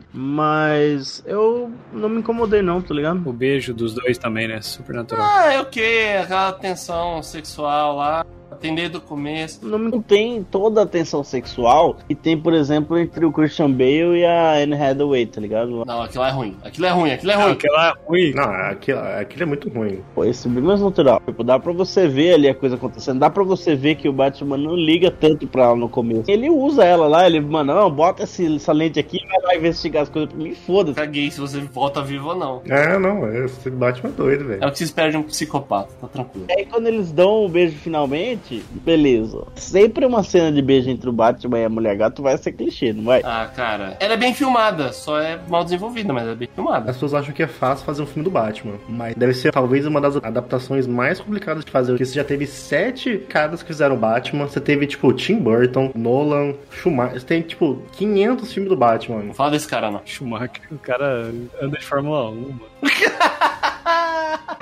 mas eu não me incomodei, não, tá ligado? O beijo dos dois também, né? Super natural. Ah, é o okay. Aquela tensão sexual lá atender do começo. Não tem toda a tensão sexual que tem, por exemplo, entre o Christian Bale e a Anne Hathaway, tá ligado? Não, aquilo é ruim. Aquilo é ruim, aquilo é ruim. Não, aquilo é ruim. Não, aquilo, aquilo é muito ruim. Pô, esse é bem mais natural. Tipo, dá pra você ver ali a coisa acontecendo. Dá pra você ver que o Batman não liga tanto pra ela no começo. Ele usa ela lá, ele, mano, não, bota esse, essa lente aqui vai lá investigar as coisas pra mim, foda-se. Caguei se você volta vivo ou não. É, não, esse Batman é doido, velho. É o que se espera de um psicopata, tá tranquilo. E aí quando eles dão o um beijo finalmente, beleza. Sempre uma cena de beijo entre o Batman e a mulher gato vai ser clichê, não vai? Ah, cara. Ela é bem filmada, só é mal desenvolvida, mas é bem filmada. As pessoas acham que é fácil fazer um filme do Batman, mas deve ser talvez uma das adaptações mais complicadas de fazer. Porque você já teve sete caras que fizeram Batman, você teve, tipo, Tim Burton, Nolan, Schumacher. Você tem, tipo, 500 filmes do Batman. Não fala desse cara, não. Schumacher, o cara anda de Fórmula 1, mano.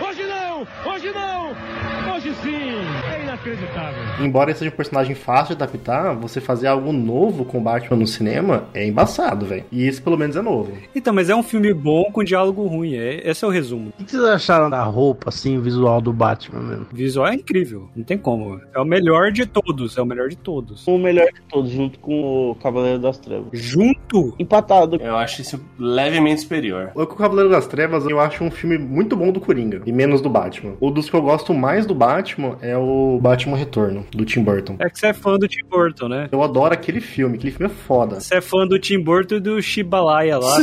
Hoje não! Hoje não! Hoje sim! É inacreditável. Embora seja um personagem fácil de adaptar, você fazer algo novo com Batman no cinema é embaçado, velho. E isso pelo menos é novo. Então, mas é um filme bom com diálogo ruim. É, esse é o resumo. O que vocês acharam da roupa, assim, visual do Batman mesmo? O visual é incrível. Não tem como. Véio. É o melhor de todos. É o melhor de todos. O melhor de todos, junto com o Cavaleiro das Trevas. Junto? Empatado. Eu acho isso levemente superior. O Cavaleiro das Trevas, eu acho um filme muito bom do Coringa e menos do Batman. O dos que eu gosto mais do Batman é o Batman Retorno, do Tim Burton. É que você é fã do Tim Burton, né? Eu adoro aquele filme, aquele filme é foda. Você é fã do Tim Burton e do Shibalaya lá.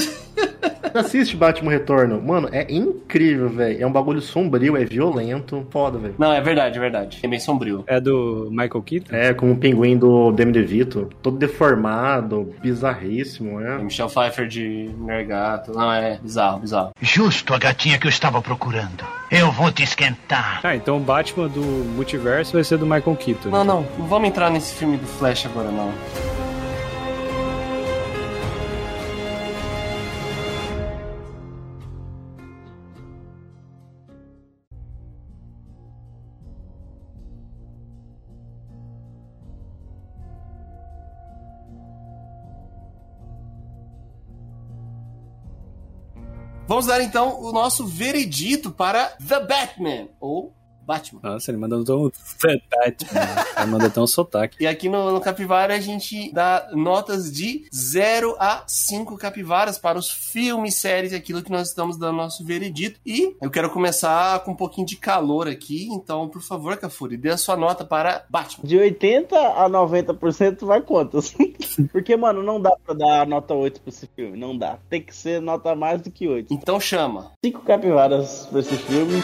Assiste Batman Retorno. Mano, é incrível, velho. É um bagulho sombrio, é violento. Foda, velho. Não, é verdade, é verdade. É bem sombrio. É do Michael Keaton? É, com o pinguim do Demi DeVito. Todo deformado, bizarríssimo, né? Michel É Pfeiffer de Mulher Gato. Não, é bizarro, bizarro. Justo a gatinha que eu estava procurando. Eu vou te esquentar. Ah, então o Batman do multiverso vai ser do Michael Keaton. né? Não, então. não. Não vamos entrar nesse filme do Flash agora, não. Vamos dar então o nosso veredito para The Batman, ou Batman. Nossa, ele mandou tão. The Batman. ele mandou tão um sotaque. E aqui no, no, Capivara a gente dá notas de 0 a 5 capivaras para os filmes, séries e aquilo que nós estamos dando nosso veredito. E eu quero começar com um pouquinho de calor aqui, então por favor, Cafuri, dê a sua nota para Batman. De 80 a 90% vai quantas? Porque, mano, não dá pra dar nota 8 pra esse filme, não dá. Tem que ser nota mais do que 8. Então chama. 5 capivaras pra esse filme.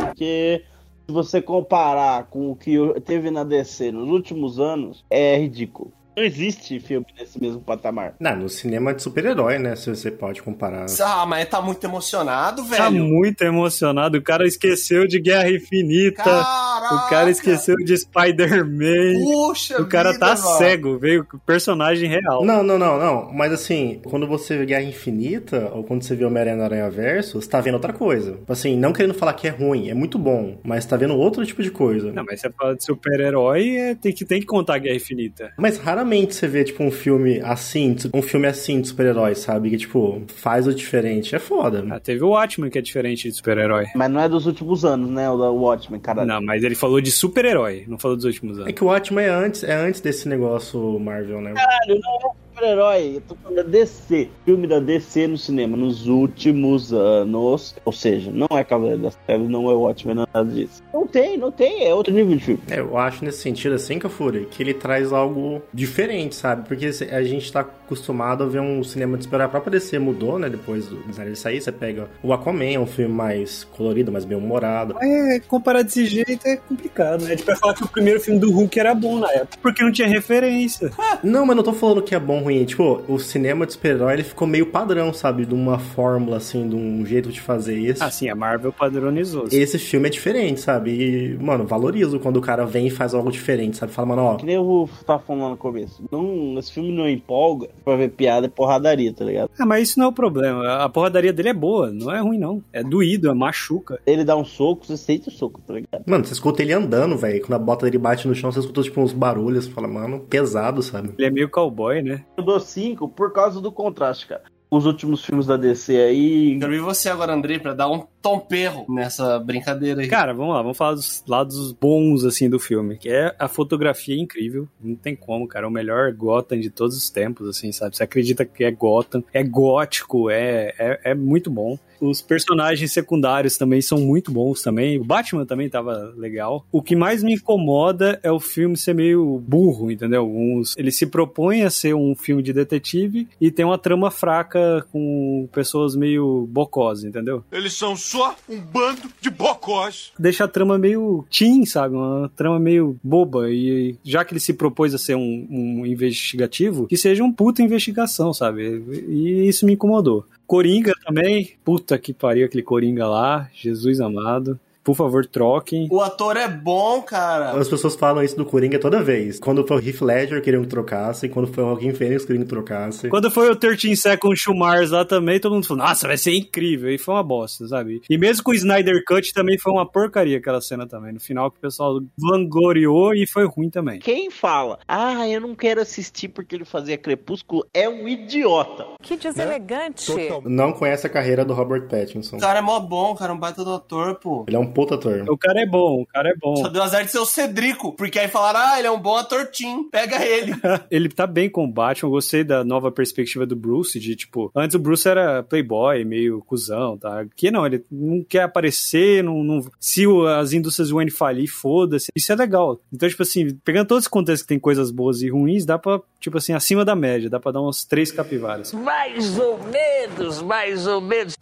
Porque se você comparar com o que teve na DC nos últimos anos, é ridículo. Não existe filme nesse mesmo patamar. Não, no cinema de super-herói, né? Se você pode comparar. Ah, mas tá muito emocionado, velho. Tá muito emocionado. O cara esqueceu de Guerra Infinita. Caraca. O cara esqueceu de Spider-Man. Puxa, O cara vida, tá mano. cego, veio personagem real. Não, não, não, não. Mas assim, quando você vê Guerra Infinita, ou quando você vê Homem-Aranha no Aranha Verso, você tá vendo outra coisa. Assim, não querendo falar que é ruim, é muito bom, mas tá vendo outro tipo de coisa. Não, mas você fala de super-herói, é, tem, que, tem que contar Guerra Infinita. Mas raramente raramente você vê, tipo, um filme assim, um filme assim de super-herói, sabe? Que, tipo, faz o diferente. É foda. Ah, teve o Watchmen que é diferente de super-herói. Mas não é dos últimos anos, né? O Watchmen, caralho. Não, mas ele falou de super-herói, não falou dos últimos anos. É que o Watchmen é antes, é antes desse negócio Marvel, né? Caralho, não é super-herói. Eu tô falando da DC. Filme da DC no cinema nos últimos anos. Ou seja, não é Cavaleiro das Trevas, não é Watchmen, nada disso. Não tem, não tem. É outro nível de filme. É, eu acho nesse sentido, assim, Cafuri, que ele traz algo diferente, sabe? Porque a gente tá acostumado a ver um cinema de esperar. A própria DC mudou, né? Depois do design de sair, você pega o Aquaman, é um filme mais colorido, mais bem-humorado. É, comparar desse jeito é complicado, né? A gente vai falar que o primeiro filme do Hulk era bom na época, porque não tinha referência. Ah, não, mas não tô falando que é bom ruim. Tipo, o cinema de super-herói ele ficou meio padrão, sabe? De uma fórmula, assim, de um jeito de fazer isso. Assim, a Marvel padronizou. Assim. Esse filme é diferente, sabe? E, mano, valorizo quando o cara vem e faz algo diferente, sabe? Fala, mano, ó. Que nem eu tava falando lá no começo. Não, esse filme não empolga pra ver piada e porradaria, tá ligado? Ah, mas isso não é o problema. A porradaria dele é boa, não é ruim, não. É doído, é machuca. Ele dá um soco, você sente o soco, tá ligado? Mano, você escuta ele andando, velho. Quando a bota dele bate no chão, você escuta, tipo, uns barulhos. Você fala, mano, pesado, sabe? Ele é meio cowboy, né? Eu dou 5 por causa do contraste, cara. Os últimos filmes da DC aí. Quero ver você agora, Andrei, pra dar um tom perro nessa brincadeira aí. Cara, vamos lá, vamos falar dos lados bons, assim, do filme. Que é a fotografia incrível, não tem como, cara. É o melhor Gotham de todos os tempos, assim, sabe? Você acredita que é Gotham, é gótico, é, é, é muito bom. Os personagens secundários também são muito bons também. O Batman também tava legal. O que mais me incomoda é o filme ser meio burro, entendeu? Uns, ele se propõe a ser um filme de detetive e tem uma trama fraca com pessoas meio bocós, entendeu? Eles são só um bando de bocós. Deixa a trama meio teen, sabe? Uma trama meio boba. E já que ele se propôs a ser um, um investigativo, que seja um puta investigação, sabe? E isso me incomodou. Coringa também. Puta que pariu aquele Coringa lá. Jesus amado. Por favor, troquem. O ator é bom, cara. As pessoas falam isso do Coringa toda vez. Quando foi o Heath Ledger, queriam que trocasse. Quando foi o Joaquin Phoenix, queriam que trocasse. Quando foi o 13 Seconds Schumars lá também, todo mundo falou, nossa, vai ser incrível. E foi uma bosta, sabe? E mesmo com o Snyder Cut também foi uma porcaria aquela cena também. No final que o pessoal vangloriou e foi ruim também. Quem fala, ah, eu não quero assistir porque ele fazia Crepúsculo, é um idiota. Que deselegante. Não, não conhece a carreira do Robert Pattinson. O cara é mó bom, cara, um baita do ator, pô. Ele é um puta ator. O cara é bom, o cara é bom. Só deu azar de ser o Cedrico, porque aí falaram, ah, ele é um bom ator Tim, pega ele. ele tá bem com o Batman, eu gostei da nova perspectiva do Bruce, de tipo, antes o Bruce era playboy, meio cuzão, tá? Que não, ele não quer aparecer, não, não... se as indústrias Wayne falir, foda-se. Isso é legal. Então, tipo assim, pegando todos os contextos que tem coisas boas e ruins, dá pra, tipo assim, acima da média, dá pra dar uns três capivaras. Mais ou menos, mais ou menos.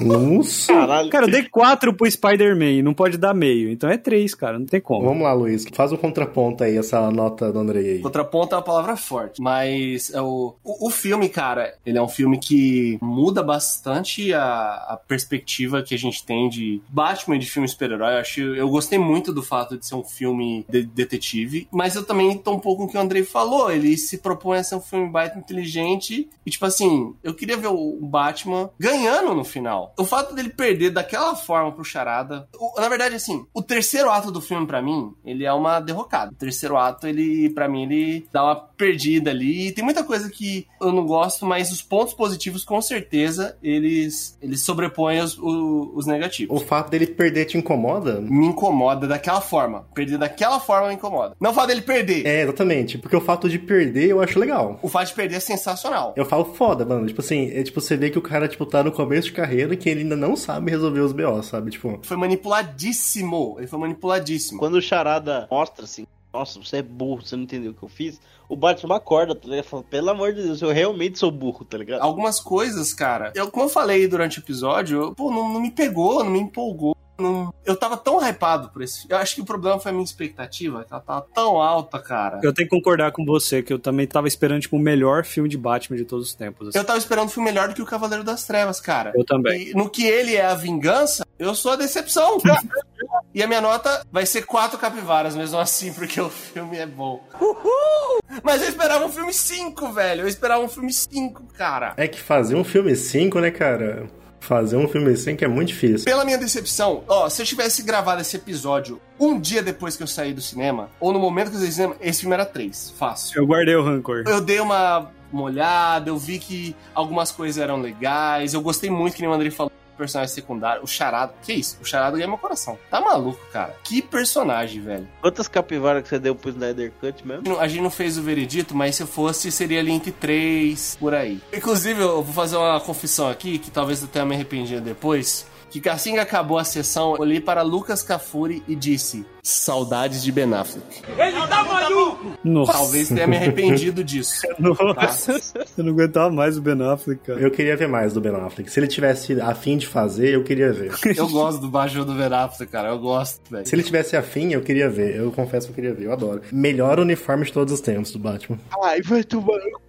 Nossa! Caralho. Cara, eu dei quatro pro Spider-Man não pode dar meio. Então é três, cara, não tem como. Vamos lá, Luiz, faz o contraponto aí, essa nota do Andrei aí. Contraponto é uma palavra forte, mas é o, o, o, filme, cara, ele é um filme que muda bastante a, a perspectiva que a gente tem de Batman de filme super-herói. Eu, acho, eu gostei muito do fato de ser um filme de detetive, mas eu também tô um pouco com o que o Andrei falou. Ele se propõe a ser um filme baita inteligente e, tipo assim, eu queria ver o Batman ganhando no final. O fato dele perder daquela forma pro Charada, na verdade, assim, o terceiro ato do filme, para mim, ele é uma derrocada. O terceiro ato, ele, para mim, ele dá uma perdida ali. E tem muita coisa que eu não gosto, mas os pontos positivos, com certeza, eles, eles sobrepõem os, os, os negativos. O fato dele perder te incomoda? Me incomoda daquela forma. Perder daquela forma me incomoda. Não o fato dele perder. É, exatamente. Porque o fato de perder eu acho legal. O fato de perder é sensacional. Eu falo foda, mano. Tipo assim, é tipo, você vê que o cara, tipo, tá no começo de carreira que ele ainda não sabe resolver os BO, sabe? Tipo. Foi manipulado manipuladíssimo. Ele foi manipuladíssimo. Quando o Charada mostra assim, nossa, você é burro, você não entendeu o que eu fiz. O Batman acorda, tá ligado? Fala, pelo amor de Deus, eu realmente sou burro, tá ligado? Algumas coisas, cara, eu, como eu falei durante o episódio, eu, pô, não, não me pegou, não me empolgou. Não... Eu tava tão hypado por esse Eu acho que o problema foi a minha expectativa, que ela tava tão alta, cara. Eu tenho que concordar com você, que eu também tava esperando, tipo, o melhor filme de Batman de todos os tempos. Assim. Eu tava esperando um filme melhor do que o Cavaleiro das Trevas, cara. Eu também. E no que ele é a vingança, eu sou a decepção, cara. e a minha nota vai ser quatro capivaras, mesmo assim, porque o filme é bom. Uhul! Mas eu esperava um filme 5, velho. Eu esperava um filme 5, cara. É que fazer um filme 5, né, cara? Fazer um filme assim que é muito difícil. Pela minha decepção, ó, se eu tivesse gravado esse episódio um dia depois que eu saí do cinema, ou no momento que eu saí do cinema, esse filme era três, fácil. Eu guardei o rancor. Eu dei uma molhada, eu vi que algumas coisas eram legais, eu gostei muito, que nem o André falou personagem secundário, o Charada. Que isso? O Charada ganha meu coração. Tá maluco, cara. Que personagem, velho. Quantas capivaras que você deu pro Snyder Cut mesmo? A gente não fez o veredito, mas se eu fosse, seria Link 3, por aí. Inclusive, eu vou fazer uma confissão aqui, que talvez eu tenha me arrependido depois. Que assim que acabou a sessão, eu olhei para Lucas Cafuri e disse: Saudades de Ben Affleck. Ele tá maluco! Nossa. Talvez tenha me arrependido disso. Nossa, eu não aguentava mais o Ben Affleck, cara. Eu queria ver mais do Ben Affleck. Se ele tivesse afim de fazer, eu queria ver. Eu gosto do Bajô do Ben Affleck, cara. Eu gosto, velho. Se ele tivesse afim, eu queria ver. Eu confesso que eu queria ver. Eu adoro. Melhor uniforme de todos os tempos do Batman. Ai, vai tomar no velho.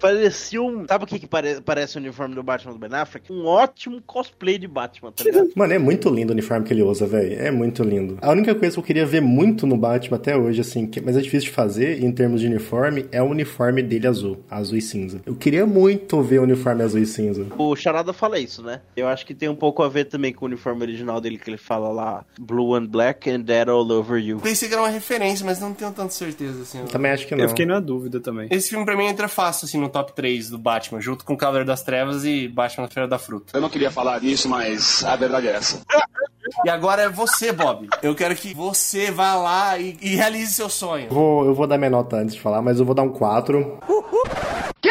Parecia um. Sabe o que, que pare... parece o uniforme do Batman do Ben Affleck? Um ótimo cosplay de Batman, tá ligado? Mano, é muito lindo o uniforme que ele usa, velho. É muito lindo. A única coisa que eu queria ver muito no Batman até hoje, assim, que... mas é difícil de fazer em termos de uniforme, é o uniforme dele azul. Azul e cinza. Eu queria muito ver o uniforme azul e cinza. O Charada fala isso, né? Eu acho que tem um pouco a ver também com o uniforme original dele que ele fala lá: Blue and Black and Dead All Over You. Pensei que era uma referência, mas não tenho tanta certeza, assim. Eu também acho que não. Eu fiquei na dúvida também. Esse filme pra mim entra fácil fácil assim no top 3 do Batman, junto com Cavaleiro das Trevas e Batman na Feira da Fruta. Eu não queria falar disso, mas a verdade é essa. E agora é você, Bob. Eu quero que você vá lá e, e realize seu sonho. Vou, eu vou dar minha nota antes de falar, mas eu vou dar um 4. Uhul. Quê?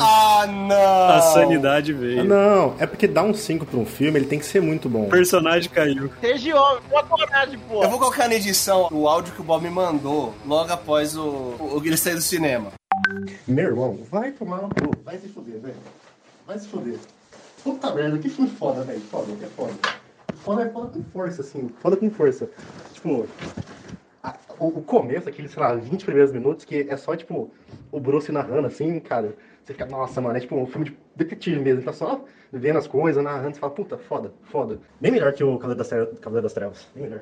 ah, não! A sanidade veio. Não, é porque dar um 5 pra um filme, ele tem que ser muito bom. O personagem caiu. Seja homem, boa coragem, pô. Eu vou colocar na edição o áudio que o Bob me mandou logo após o, o, ele sair do cinema. Meu irmão, vai tomar no cu. Vai se fuder, velho. Vai se fuder. Puta merda, que filme foda, velho. Foda, que é foda. Foda é foda com força, assim. Foda com força. Tipo, o, começo, aqueles, sei lá, 20 primeiros minutos, que é só, tipo, o Bruce narrando, assim, cara. Você fica, nossa, mano, é tipo um filme de detetive mesmo. Tá só vendo as coisas, narrando, você fala, puta, foda, foda. Bem melhor que o Cavaleiro das, Tre Cavaleiro das Trevas. Bem melhor.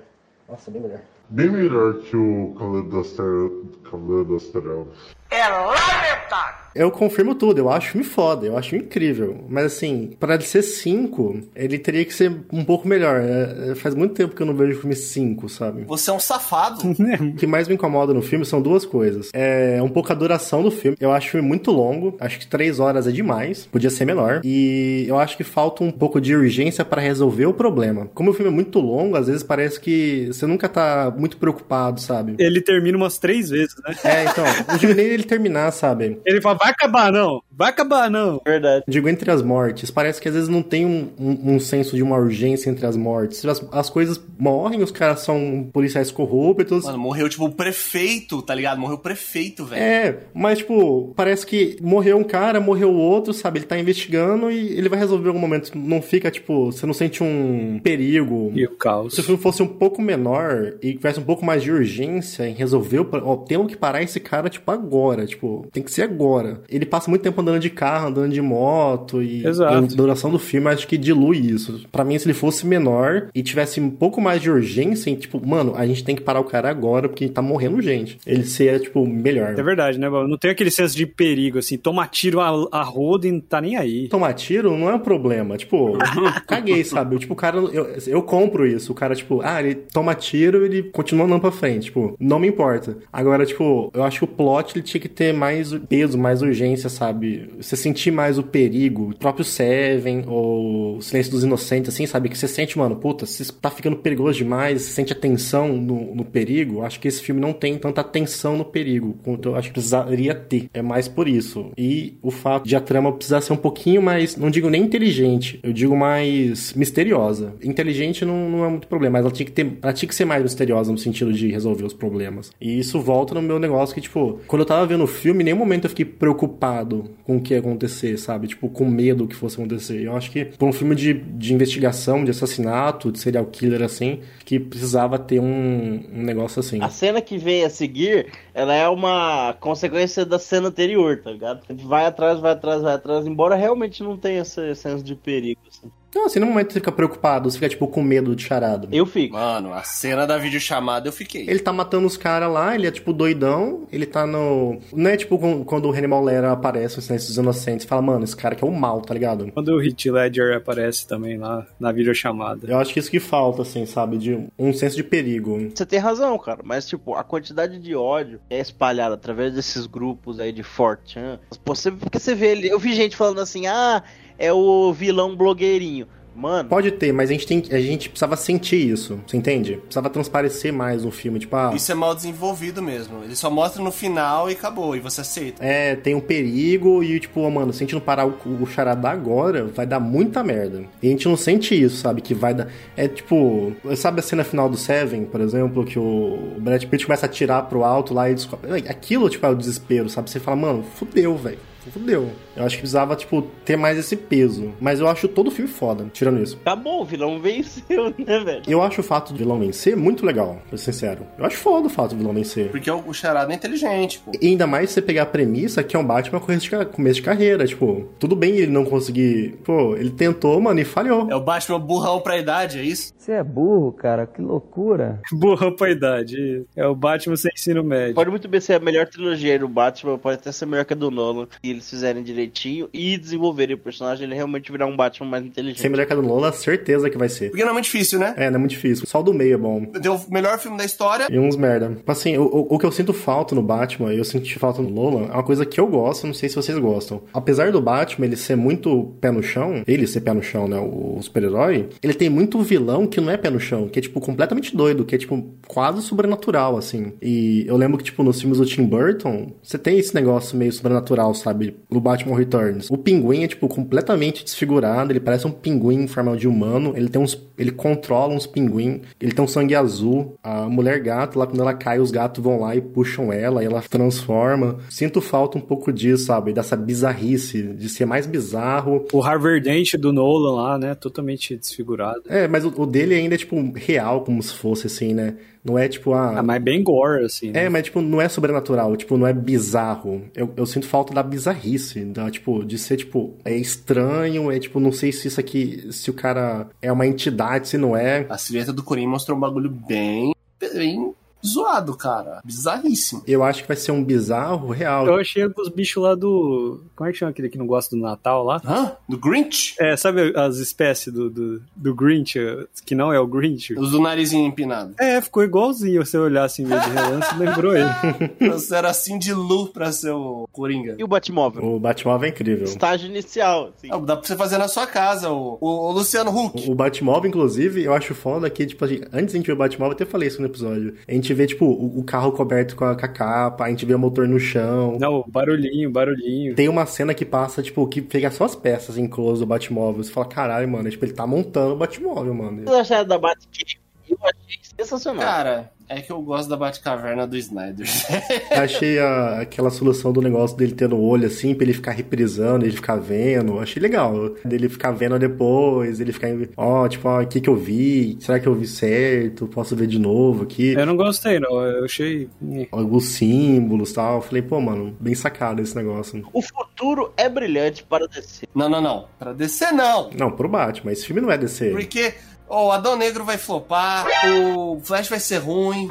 Nossa, bem melhor. Bem melhor que o Cavaleiro das, Tre Cavaleiro das Trevas. É lamentável! Eu confirmo tudo, eu acho me foda, eu acho incrível. Mas assim, para ele ser 5, ele teria que ser um pouco melhor. É, faz muito tempo que eu não vejo filme 5, sabe? Você é um safado. o que mais me incomoda no filme são duas coisas. É um pouco a duração do filme. Eu acho o filme muito longo, acho que 3 horas é demais, podia ser menor. E eu acho que falta um pouco de urgência para resolver o problema. Como o filme é muito longo, às vezes parece que você nunca tá muito preocupado, sabe? Ele termina umas três vezes, né? É, então. Não digo nem ele terminar, sabe? Ele fala, vai acabar não, vai acabar não. Verdade. Digo, entre as mortes, parece que às vezes não tem um, um, um senso de uma urgência entre as mortes. As, as coisas morrem, os caras são policiais corruptos. Mano, morreu tipo o prefeito, tá ligado? Morreu o prefeito, velho. É, mas tipo, parece que morreu um cara, morreu o outro, sabe? Ele tá investigando e ele vai resolver em algum momento. Não fica, tipo, você não sente um perigo. E o caos. Se o filme fosse um pouco menor e tivesse um pouco mais de urgência em resolver o... Ó, temos que parar esse cara, tipo, agora. Tipo, tem que ser agora. Ele passa muito tempo andando de carro, andando de moto e, e a duração do filme acho que dilui isso. Para mim, se ele fosse menor e tivesse um pouco mais de urgência, em, tipo, mano, a gente tem que parar o cara agora porque tá morrendo gente. Ele seria, tipo, melhor. É verdade, né, Bob? Não tem aquele senso de perigo, assim, tomar tiro a, a roda e não tá nem aí. Tomar tiro não é um problema. Tipo, caguei, sabe? Tipo, o cara, eu, eu compro isso. O cara, tipo, ah, ele toma tiro ele continua andando pra frente. Tipo, não me importa. Agora, tipo, eu acho que o plot ele tinha que ter mais peso, mais urgência, sabe? Você sentir mais o perigo, o próprio Seven ou o Silêncio dos Inocentes, assim, sabe? Que você sente, mano, puta, você tá ficando perigoso demais, você sente a tensão no, no perigo. Acho que esse filme não tem tanta tensão no perigo quanto eu acho que precisaria ter. É mais por isso. E o fato de a trama precisar ser um pouquinho mais, não digo nem inteligente, eu digo mais misteriosa. Inteligente não, não é muito problema, mas ela tinha, que ter, ela tinha que ser mais misteriosa no sentido de resolver os problemas. E isso volta no meu negócio que, tipo, quando eu tava vendo o filme, em nenhum momento eu fiquei preocupado com o que ia acontecer, sabe? Tipo, com medo que fosse acontecer. Eu acho que por um filme de, de investigação, de assassinato, de serial killer, assim, que precisava ter um, um negócio assim. A cena que vem a seguir, ela é uma consequência da cena anterior, tá ligado? Vai atrás, vai atrás, vai atrás, embora realmente não tenha esse senso de perigo, assim. Não, assim, no momento você fica preocupado, você fica, tipo, com medo de charada. Eu fico. Mano, a cena da videochamada eu fiquei. Ele tá matando os caras lá, ele é, tipo, doidão, ele tá no... Não é, tipo, com- quando o René Maulera aparece assim, no Silêncio dos Inocentes, você fala, mano, esse cara que é o mal, tá ligado? Quando o Heath Ledger aparece também lá na videochamada. Eu acho que isso que falta, assim, sabe? De um senso de perigo. Você tem razão, cara, mas tipo, a quantidade de ódio é espalhada através desses grupos aí de 4chan. Pô, você- Porque você vê ele. Eu vi gente falando assim, ah, é o vilão blogueirinho. Mano, Pode ter, mas a gente, tem, a gente precisava sentir isso, você entende? Precisava transparecer mais no filme, tipo, ah, Isso é mal desenvolvido mesmo. Ele só mostra no final e acabou, e você aceita. é, tem um perigo e, tipo, ó, mano, se a gente não parar o, o charada agora, vai dar muita merda. E a gente não sente isso, sabe? Que vai dar. É tipo, sabe a cena final do Seven, por exemplo, que o o Brad Pitt começa a tirar pro alto lá e descobre. Aquilo, tipo, é o desespero, sabe? Você fala, mano, fudeu, velho. Fudeu. Eu acho que precisava, tipo, ter mais esse peso. Mas eu acho todo o filme foda, tirando isso. acabou, tá o vilão venceu, né, velho? Eu acho o fato do vilão vencer muito legal, pra ser sincero. Eu acho foda o fato do vilão vencer. Porque o o charada é inteligente, pô. E ainda mais se você pegar a premissa que é um Batman com esse ca- começo de carreira. Tipo, tudo bem ele não conseguir. Pô, ele tentou, mano, e falhou. É o Batman burrão pra idade, é isso? Você é burro, cara, que loucura. Burro pra idade. É o Batman sem ensino médio. Pode muito bem ser a melhor trilogia do Batman, pode até ser melhor que a do Nolan, e eles fizerem direitinho e desenvolverem o personagem, ele realmente virar um Batman mais inteligente. Sem melhor que a do Lola, certeza que vai ser. Porque não é muito difícil, né? É, não é muito difícil. Só o do meio é bom. Deu o melhor filme da história. E uns merda. Tipo Assim, o, o- o que eu sinto falta no Batman, eu senti falta no Lola, é uma coisa que eu gosto, não sei se vocês gostam. Apesar do Batman ele ser muito pé no chão, ele ser pé no chão, né, o, o super-herói, ele tem muito vilão que não é pé no chão, que é, tipo, completamente doido, que é, tipo, quase sobrenatural, assim. E eu lembro que, tipo, nos filmes do Tim Burton, você tem esse negócio meio sobrenatural, sabe? No Batman Returns. O pinguim é, tipo, completamente desfigurado, ele parece um pinguim em forma de humano, ele tem uns. Ele controla uns pinguim, ele tem um sangue azul. A mulher gato, lá quando ela cai, os gatos vão lá e puxam ela, e ela transforma. Sinto falta um pouco disso, sabe? Dessa bizarrice, de ser mais bizarro. O Harvard Dent do Nolan lá, né? Totalmente desfigurado. É, mas o, o dele ainda é, tipo, real, como se fosse, assim, né? Não é, tipo, a... Ah, mas é bem gore, assim. né? É, mas, tipo, não é sobrenatural, tipo, não é bizarro. Eu, eu sinto falta da bizarrice, da, tipo, de ser, tipo, é estranho, é, tipo, não sei se isso aqui, se o cara é uma entidade, se não é. A silhueta do Coringa mostrou um bagulho bem, bem zoado, cara. Bizarríssimo. Eu acho que vai ser um bizarro real. Eu achei os bichos lá do. Como é que chama aquele que não gosta do Natal lá? Hã? Do Grinch? É, sabe as espécies do, do, do Grinch, que não é o Grinch? Os do narizinho empinado. É, ficou igualzinho se eu olhar assim meio de relance, lembrou ele. Trouxeram assim de Lu pra ser o Coringa. E o Batmóvel? O Batmóvel é incrível. Estágio inicial, assim. Ah, dá pra você fazer na sua casa, o, o- o Luciano Huck. O Batmóvel, inclusive, eu acho foda que, tipo, a gente- antes a gente ver o Batmóvel, eu até falei isso no episódio. A gente vê, tipo, o, o carro coberto com a, com a capa, a gente vê o motor no chão. Não, barulhinho, barulhinho. Tem uma cena que passa, tipo, que pega só as peças em close do Batmóvel. Você fala, caralho, mano, tipo, ele tá montando o Batmóvel, mano. Vocês acharam da Batcave? Eu achei sensacional. Cara, é que eu gosto da Batcaverna do Snyder. Eu Achei a- aquela solução do negócio dele ter no olho, assim, pra ele ficar reprisando, ele ficar vendo. Eu Achei legal. Dele ficar vendo depois, ele ficar, ó, tipo, ó, o que que eu vi? Será que eu vi certo? Posso ver de novo aqui? Eu não gostei, não. Eu achei. hum, Ih. alguns símbolos e tal. Eu falei, pô, mano, bem sacado esse negócio. O futuro é brilhante para descer. não, não, não. Pra descer, não. Não, pro Batman, esse filme não é DC. Porque o Adão Negro vai flopar, o Flash vai ser ruim.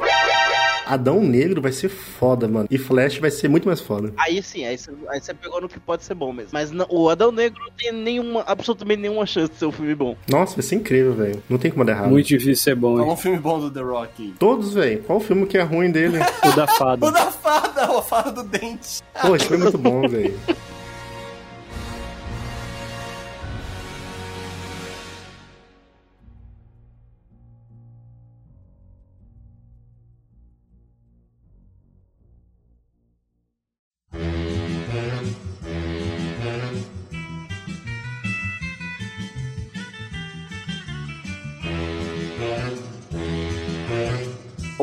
Adão Negro vai ser foda, mano. E Flash vai ser muito mais foda. Aí sim, aí você, aí você pegou no que pode ser bom mesmo. Mas não- o Adão Negro não tem nenhuma, absolutamente nenhuma chance de ser um filme bom. Nossa, vai ser incrível, velho. Não tem como dar errado. Muito difícil ser bom, Fala hein? um filme bom do The Rock. aí. Todos, velho. Qual o filme que é ruim dele? O da fada. O da fada, o fada do dente. Pô, esse filme é muito bom, velho.